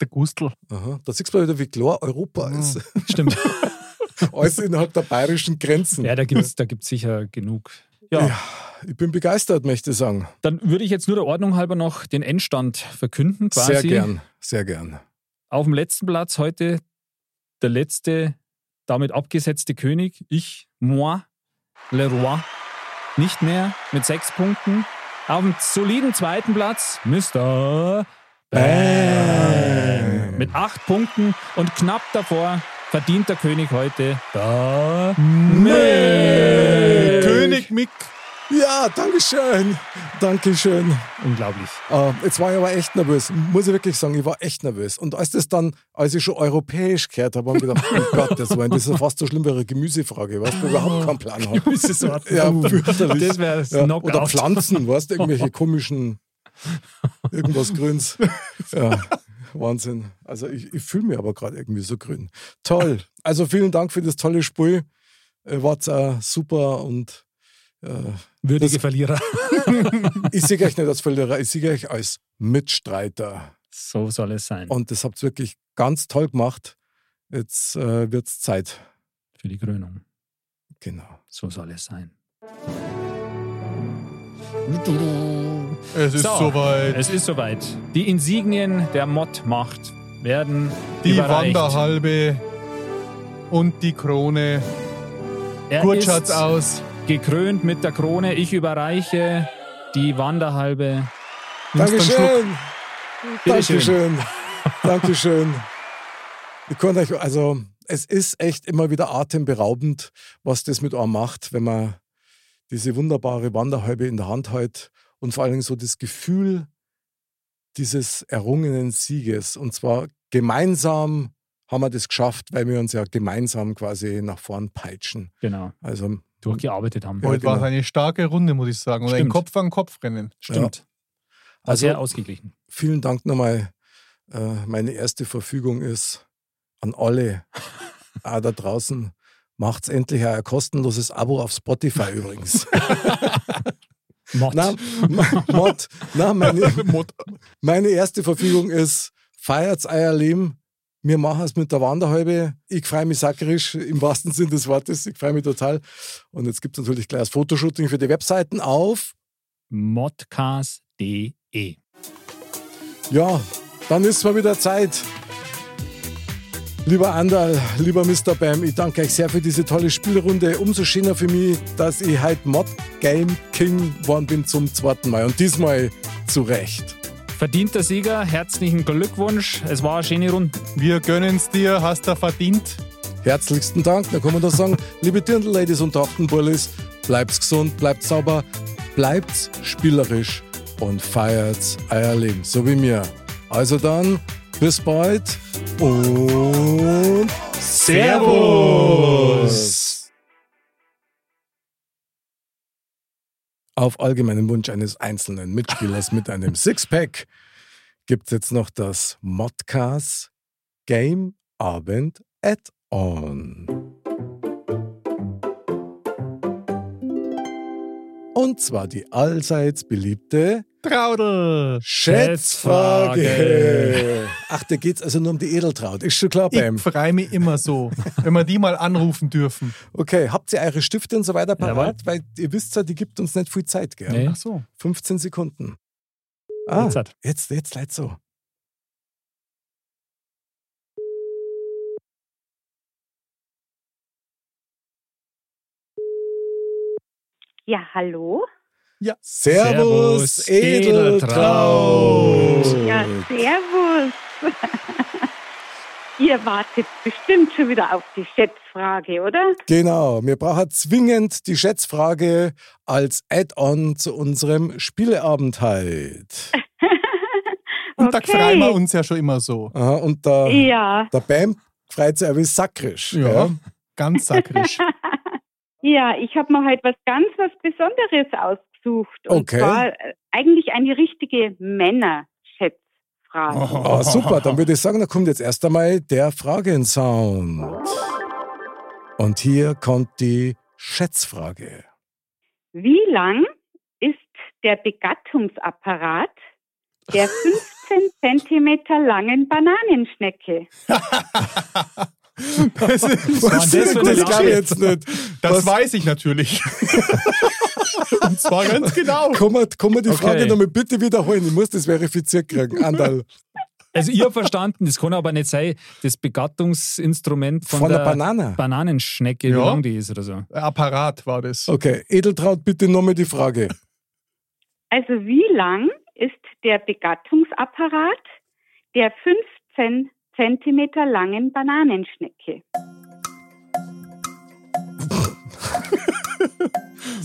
[SPEAKER 4] Der Gustl.
[SPEAKER 1] Aha. Da siehst du mal wieder, wie klar Europa
[SPEAKER 2] Mhm.
[SPEAKER 1] ist.
[SPEAKER 2] Stimmt.
[SPEAKER 1] Alles innerhalb der bayerischen Grenzen.
[SPEAKER 2] Ja, da gibt es da gibt's sicher genug. Ja,
[SPEAKER 1] Ja. Ich bin begeistert, möchte ich sagen.
[SPEAKER 2] dann würde ich jetzt nur der Ordnung halber noch den Endstand verkünden. Quasi.
[SPEAKER 1] Sehr gern, sehr gern.
[SPEAKER 2] Auf dem letzten Platz heute der letzte, damit abgesetzte König. Ich, moi, le roi. Nicht mehr mit sechs Punkten. Auf dem soliden zweiten Platz Mr. Bam. Mit acht Punkten und knapp davor verdienter König heute. Da. Äh,
[SPEAKER 4] König Mick.
[SPEAKER 1] Ja, Dankeschön. Dankeschön.
[SPEAKER 2] Unglaublich.
[SPEAKER 1] Äh, jetzt war ich aber echt nervös. Muss ich wirklich sagen, ich war echt nervös. Und als das dann, als ich schon europäisch gehört habe, habe ich gedacht, oh Gott, das, war, das ist ja fast so schlimm wie eine Gemüsefrage, weißt du, überhaupt keinen Plan habe.
[SPEAKER 2] Gemüsesorten.
[SPEAKER 1] Ja, fürchterlich.
[SPEAKER 2] Das wäre
[SPEAKER 1] Ja,
[SPEAKER 2] ja,
[SPEAKER 1] oder
[SPEAKER 2] Knockout.
[SPEAKER 1] Pflanzen, weißt du, irgendwelche komischen, irgendwas Grüns. Ja, Wahnsinn. Also ich, ich fühle mich aber gerade irgendwie so grün. Toll. Also vielen Dank für das tolle Spiel. Äh, War's äh, super und äh,
[SPEAKER 2] Würdige Verlierer.
[SPEAKER 1] ich sehe euch nicht als Verlierer, ich sehe euch als Mitstreiter.
[SPEAKER 2] So soll es sein.
[SPEAKER 1] Und das habt ihr wirklich ganz toll gemacht. Jetzt äh, wird es Zeit.
[SPEAKER 2] Für die Krönung.
[SPEAKER 1] Genau.
[SPEAKER 2] So soll es sein.
[SPEAKER 4] Es ist
[SPEAKER 2] So. Äh,
[SPEAKER 4] soweit.
[SPEAKER 2] Es ist soweit. Die Insignien der Mod-Macht werden
[SPEAKER 4] Die
[SPEAKER 2] überreicht.
[SPEAKER 4] Wanderhalbe und die Krone.
[SPEAKER 2] Er
[SPEAKER 4] Gut
[SPEAKER 2] ist
[SPEAKER 4] schaut's aus.
[SPEAKER 2] gekrönt mit der Krone. Ich überreiche die Wanderhalbe.
[SPEAKER 4] Nimmst du einen
[SPEAKER 1] Dankeschön. Dankeschön.
[SPEAKER 2] Bitteschön.
[SPEAKER 1] Dankeschön. Ich konnte euch, also, es ist echt immer wieder atemberaubend, was das mit einem macht, wenn man diese wunderbare Wanderhalbe in der Hand hält und vor allen Dingen so das Gefühl dieses errungenen Sieges. Und zwar gemeinsam haben wir das geschafft, weil wir uns ja gemeinsam quasi nach vorn peitschen.
[SPEAKER 2] Genau.
[SPEAKER 1] Also
[SPEAKER 2] Durchgearbeitet haben.
[SPEAKER 1] Ja,
[SPEAKER 4] Heute war es
[SPEAKER 1] genau.
[SPEAKER 4] eine starke Runde, muss ich sagen. Und ein
[SPEAKER 2] Stimmt.
[SPEAKER 4] Kopf an Kopf rennen.
[SPEAKER 2] Stimmt. War
[SPEAKER 1] Also-
[SPEAKER 2] sehr ausgeglichen.
[SPEAKER 1] vielen Dank nochmal. Äh, Meine erste Verfügung ist an alle ah, da draußen. Macht's endlich ein kostenloses Abo auf Spotify übrigens.
[SPEAKER 2] Mod.
[SPEAKER 1] Na, m- Mod. Na, meine, meine erste Verfügung ist, feiert's euer Leben. Wir machen es mit der Wanderhalbe. Ich freue mich sackerisch im wahrsten Sinn des Wortes. Ich freue mich total. Und jetzt gibt es natürlich gleich das Fotoshooting für die Webseiten auf
[SPEAKER 2] Modcast.de.
[SPEAKER 1] Ja, dann ist mal wieder Zeit. Lieber Andal, lieber Mr. Bam, ich danke euch sehr für diese tolle Spielrunde. Umso schöner für mich, dass ich heute Mod Game King geworden bin zum zweiten Mal. Und diesmal zu Recht.
[SPEAKER 2] Verdienter Sieger, herzlichen Glückwunsch. Es war eine schöne Runde.
[SPEAKER 4] Wir gönnen's dir, hast du verdient.
[SPEAKER 1] Herzlichsten Dank. Da kann man doch sagen, liebe Dirndl-Ladies und Tochtenbullis, bleibt's gesund, bleibt sauber, bleibt's spielerisch und feiert's euer Leben, so wie mir. Also dann, bis bald und Servus! Auf allgemeinen Wunsch eines einzelnen Mitspielers mit einem Sixpack gibt's jetzt noch das Modcast Game Abend Add on. Und zwar die allseits beliebte
[SPEAKER 5] Traudel.
[SPEAKER 1] Schätzfrage. Ach, da geht's also nur um die Edeltraut. Ist schon klar, Bam.
[SPEAKER 5] Ich freue mich immer so, wenn wir die mal anrufen dürfen.
[SPEAKER 1] Okay, habt ihr eure Stifte und so weiter parat? Weil ihr wisst ja, die gibt uns nicht viel Zeit, gell?
[SPEAKER 2] Nee.
[SPEAKER 5] Ach so.
[SPEAKER 1] 15 Sekunden. Ah,
[SPEAKER 2] Jetzt hat.
[SPEAKER 1] jetzt, jetzt leid so.
[SPEAKER 7] Ja, hallo?
[SPEAKER 1] Servus,
[SPEAKER 2] Servus,
[SPEAKER 1] Edeltraut.
[SPEAKER 7] Ja, servus. Ihr wartet bestimmt schon wieder auf die Schätzfrage, oder?
[SPEAKER 1] Genau, wir brauchen zwingend die Schätzfrage als Add-on zu unserem Spieleabend halt.
[SPEAKER 5] Und da
[SPEAKER 7] okay.
[SPEAKER 5] freuen wir uns ja schon immer so.
[SPEAKER 1] Aha, und der,
[SPEAKER 7] Ja,
[SPEAKER 1] der Bam freut sich auch wie sakrisch.
[SPEAKER 5] Ja, ganz sakrisch.
[SPEAKER 7] ja, ich habe mir heute was ganz was Besonderes ausgesucht. Und
[SPEAKER 1] Okay.
[SPEAKER 7] zwar äh, eigentlich eine richtige Männerschätzfrage.
[SPEAKER 1] Ah, super, dann würde ich sagen, da kommt jetzt erst einmal der Fragensound. Und hier kommt die Schätzfrage.
[SPEAKER 7] Wie lang ist der Begattungsapparat der 15 Zentimeter langen Bananenschnecke?
[SPEAKER 5] Das, ist,
[SPEAKER 1] Das,
[SPEAKER 2] das für eine
[SPEAKER 1] das glaube ich jetzt nicht.
[SPEAKER 5] das
[SPEAKER 1] Was-
[SPEAKER 5] weiß ich natürlich. Und zwar ganz genau.
[SPEAKER 1] Kann man, kann man die
[SPEAKER 2] Okay.
[SPEAKER 1] Frage nochmal bitte wiederholen? Ich muss das verifiziert kriegen. Andal,
[SPEAKER 2] Also ich habe verstanden, das kann aber nicht sein, das Begattungsinstrument von,
[SPEAKER 1] von der Banane.
[SPEAKER 2] Bananenschnecke, wie
[SPEAKER 5] Ja.
[SPEAKER 2] lang die ist oder so.
[SPEAKER 5] Apparat war das.
[SPEAKER 1] Okay, Edeltraut, bitte nochmal die Frage.
[SPEAKER 7] Also wie lang ist der Begattungsapparat der 15 Zentimeter langen Bananenschnecke?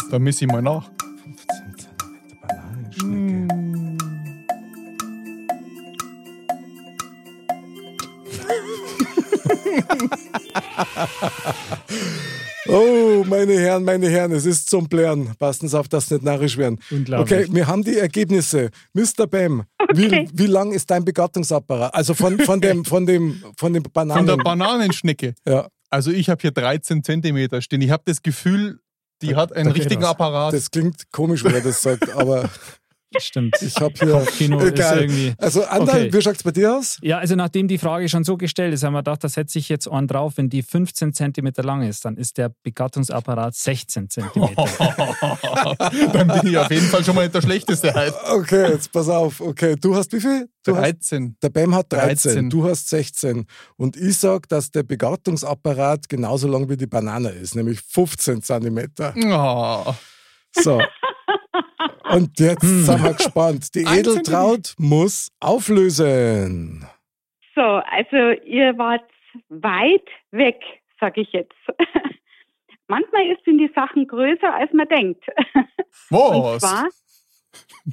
[SPEAKER 5] Da miss ich mal nach.
[SPEAKER 1] 15 Zentimeter Bananenschnecke. Oh, meine Herren, meine Herren, es ist zum Blären. Passen Sie auf, dass Sie nicht narrisch werden.
[SPEAKER 2] Unglaublich.
[SPEAKER 1] Okay, wir haben die Ergebnisse. Mr. Bam,
[SPEAKER 7] Okay.
[SPEAKER 1] wie, wie lang ist dein Begattungsapparat? Also von, von dem, von dem, von dem
[SPEAKER 5] Von
[SPEAKER 1] Bananen.
[SPEAKER 5] der Bananenschnecke.
[SPEAKER 1] ja,
[SPEAKER 5] Also ich habe hier 13 Zentimeter stehen. Ich habe das Gefühl, die hat einen
[SPEAKER 2] da geht
[SPEAKER 5] richtigen
[SPEAKER 2] was.
[SPEAKER 5] Apparat.
[SPEAKER 1] das klingt komisch, wenn er das sagt, aber
[SPEAKER 2] Stimmt.
[SPEAKER 1] ich habe hier.
[SPEAKER 2] Kino ist
[SPEAKER 1] Egal.
[SPEAKER 2] irgendwie.
[SPEAKER 1] Also, Andal,
[SPEAKER 2] Okay.
[SPEAKER 1] wie schaut's bei dir aus?
[SPEAKER 2] Ja, also nachdem die Frage schon so gestellt ist, haben wir gedacht, da setze ich jetzt einen drauf. Wenn die 15 cm lang ist, dann ist der Begattungsapparat 16 cm.
[SPEAKER 5] Dann bin ich auf jeden Fall schon mal nicht der Schlechteste halt.
[SPEAKER 1] Okay, jetzt pass auf. Okay, du hast wie viel? Du hast,
[SPEAKER 5] 13.
[SPEAKER 1] der Bam hat 13,
[SPEAKER 5] 13.
[SPEAKER 1] du hast 16. Und ich sag, dass der Begattungsapparat genauso lang wie die Banane ist, nämlich 15 Zentimeter.
[SPEAKER 5] Oh.
[SPEAKER 1] So. Und jetzt
[SPEAKER 5] Hm.
[SPEAKER 1] sind wir gespannt. Die
[SPEAKER 5] Ein
[SPEAKER 1] Edeltraut muss auflösen.
[SPEAKER 7] So, also ihr wart weit weg, sag ich jetzt. Manchmal ist- sind die Sachen größer, als man denkt. Und
[SPEAKER 5] Was?
[SPEAKER 7] zwar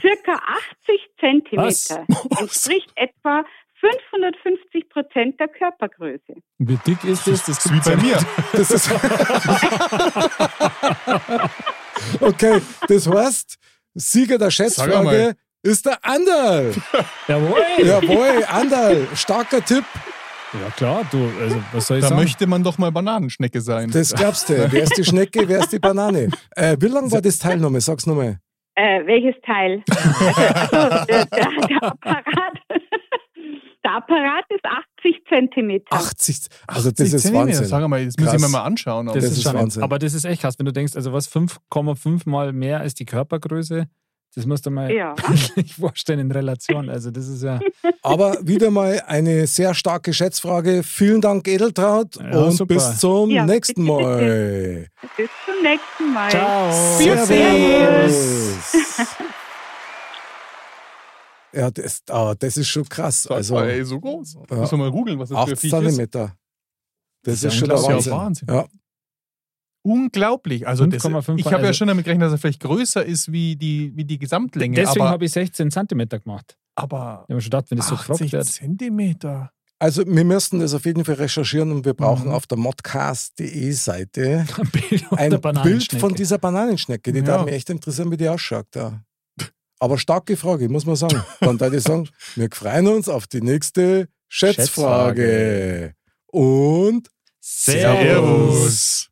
[SPEAKER 7] circa 80 Zentimeter. Entspricht etwa 550 Prozent der Körpergröße.
[SPEAKER 2] Wie dick ist das? Das
[SPEAKER 5] Wie
[SPEAKER 2] gibt's
[SPEAKER 5] bei
[SPEAKER 2] ja nicht.
[SPEAKER 5] mir.
[SPEAKER 1] Das ist okay, das heißt, Sieger der
[SPEAKER 5] Sag
[SPEAKER 1] Schätzfrage
[SPEAKER 5] einmal.
[SPEAKER 1] ist der Anderl.
[SPEAKER 2] Jawohl. Ja.
[SPEAKER 1] Jawohl, Anderl, starker Tipp.
[SPEAKER 2] klar, du, also was soll ich
[SPEAKER 5] Da
[SPEAKER 2] sagen?
[SPEAKER 5] möchte man doch mal Bananenschnecke sein.
[SPEAKER 1] Das glaubst du. Wer ist die Schnecke, wer ist die Banane? Äh, wie lang war das Teil nochmal? Sag's nochmal.
[SPEAKER 7] Äh, welches Teil? Also, der, der, der Apparat. Der Apparat ist 80 Zentimeter.
[SPEAKER 1] 80. Also das ist
[SPEAKER 5] Zentimeter. Sag
[SPEAKER 1] Wahnsinn.
[SPEAKER 5] mal, das muss
[SPEAKER 1] Krass.
[SPEAKER 5] ich mir mal anschauen.
[SPEAKER 2] das,
[SPEAKER 1] das
[SPEAKER 2] ist
[SPEAKER 1] ist
[SPEAKER 2] schon
[SPEAKER 1] Wahnsinn.
[SPEAKER 2] Aber das ist echt krass, wenn du denkst, also was 5,5 mal mehr als die Körpergröße, das musst du mal
[SPEAKER 7] Ja.
[SPEAKER 2] nicht vorstellen in Relation. Also das ist ja
[SPEAKER 1] Aber wieder mal eine sehr starke Schätzfrage. Vielen Dank, Edeltraut.
[SPEAKER 2] Ja,
[SPEAKER 1] und
[SPEAKER 2] super.
[SPEAKER 1] bis zum
[SPEAKER 7] Ja,
[SPEAKER 1] nächsten
[SPEAKER 7] bitte,
[SPEAKER 1] Mal.
[SPEAKER 7] Bis zum nächsten Mal.
[SPEAKER 1] Servus. Ja, das, ah, das ist schon krass.
[SPEAKER 5] also,
[SPEAKER 1] Also
[SPEAKER 5] ey, so groß.
[SPEAKER 1] Ja.
[SPEAKER 5] Müssen wir mal googeln, was das für
[SPEAKER 1] 8
[SPEAKER 5] ein Viech ist.
[SPEAKER 1] Zentimeter. Das
[SPEAKER 2] Das ist
[SPEAKER 1] ist schon
[SPEAKER 2] ja
[SPEAKER 1] der
[SPEAKER 5] unglaublich.
[SPEAKER 1] Wahnsinn.
[SPEAKER 5] Wahnsinn.
[SPEAKER 1] Ja.
[SPEAKER 5] Unglaublich. Also das,
[SPEAKER 2] 5,5
[SPEAKER 5] ich habe ja
[SPEAKER 2] also-
[SPEAKER 5] schon damit gerechnet, dass er vielleicht größer ist wie die, wie die Gesamtlänge.
[SPEAKER 2] Deswegen
[SPEAKER 5] aber
[SPEAKER 2] habe ich 16 cm gemacht.
[SPEAKER 5] aber
[SPEAKER 2] Ich habe mir schon gedacht, wenn
[SPEAKER 1] Ah,
[SPEAKER 2] das so grob
[SPEAKER 5] 80
[SPEAKER 2] wird.
[SPEAKER 5] Zentimeter.
[SPEAKER 1] Also wir müssen das auf jeden Fall recherchieren und wir brauchen
[SPEAKER 5] Mhm.
[SPEAKER 1] auf der modcast.de Seite
[SPEAKER 2] Ein Bild,
[SPEAKER 1] ein
[SPEAKER 2] der
[SPEAKER 1] Bild
[SPEAKER 2] Bananenschnecke.
[SPEAKER 1] von dieser Bananenschnecke. Die
[SPEAKER 5] Ja.
[SPEAKER 1] darf mich echt interessieren, wie die ausschaut. Da. Aber starke Frage, muss man sagen. Dann würde ich sagen, wir freuen uns auf die nächste Schätzfrage. Und Servus.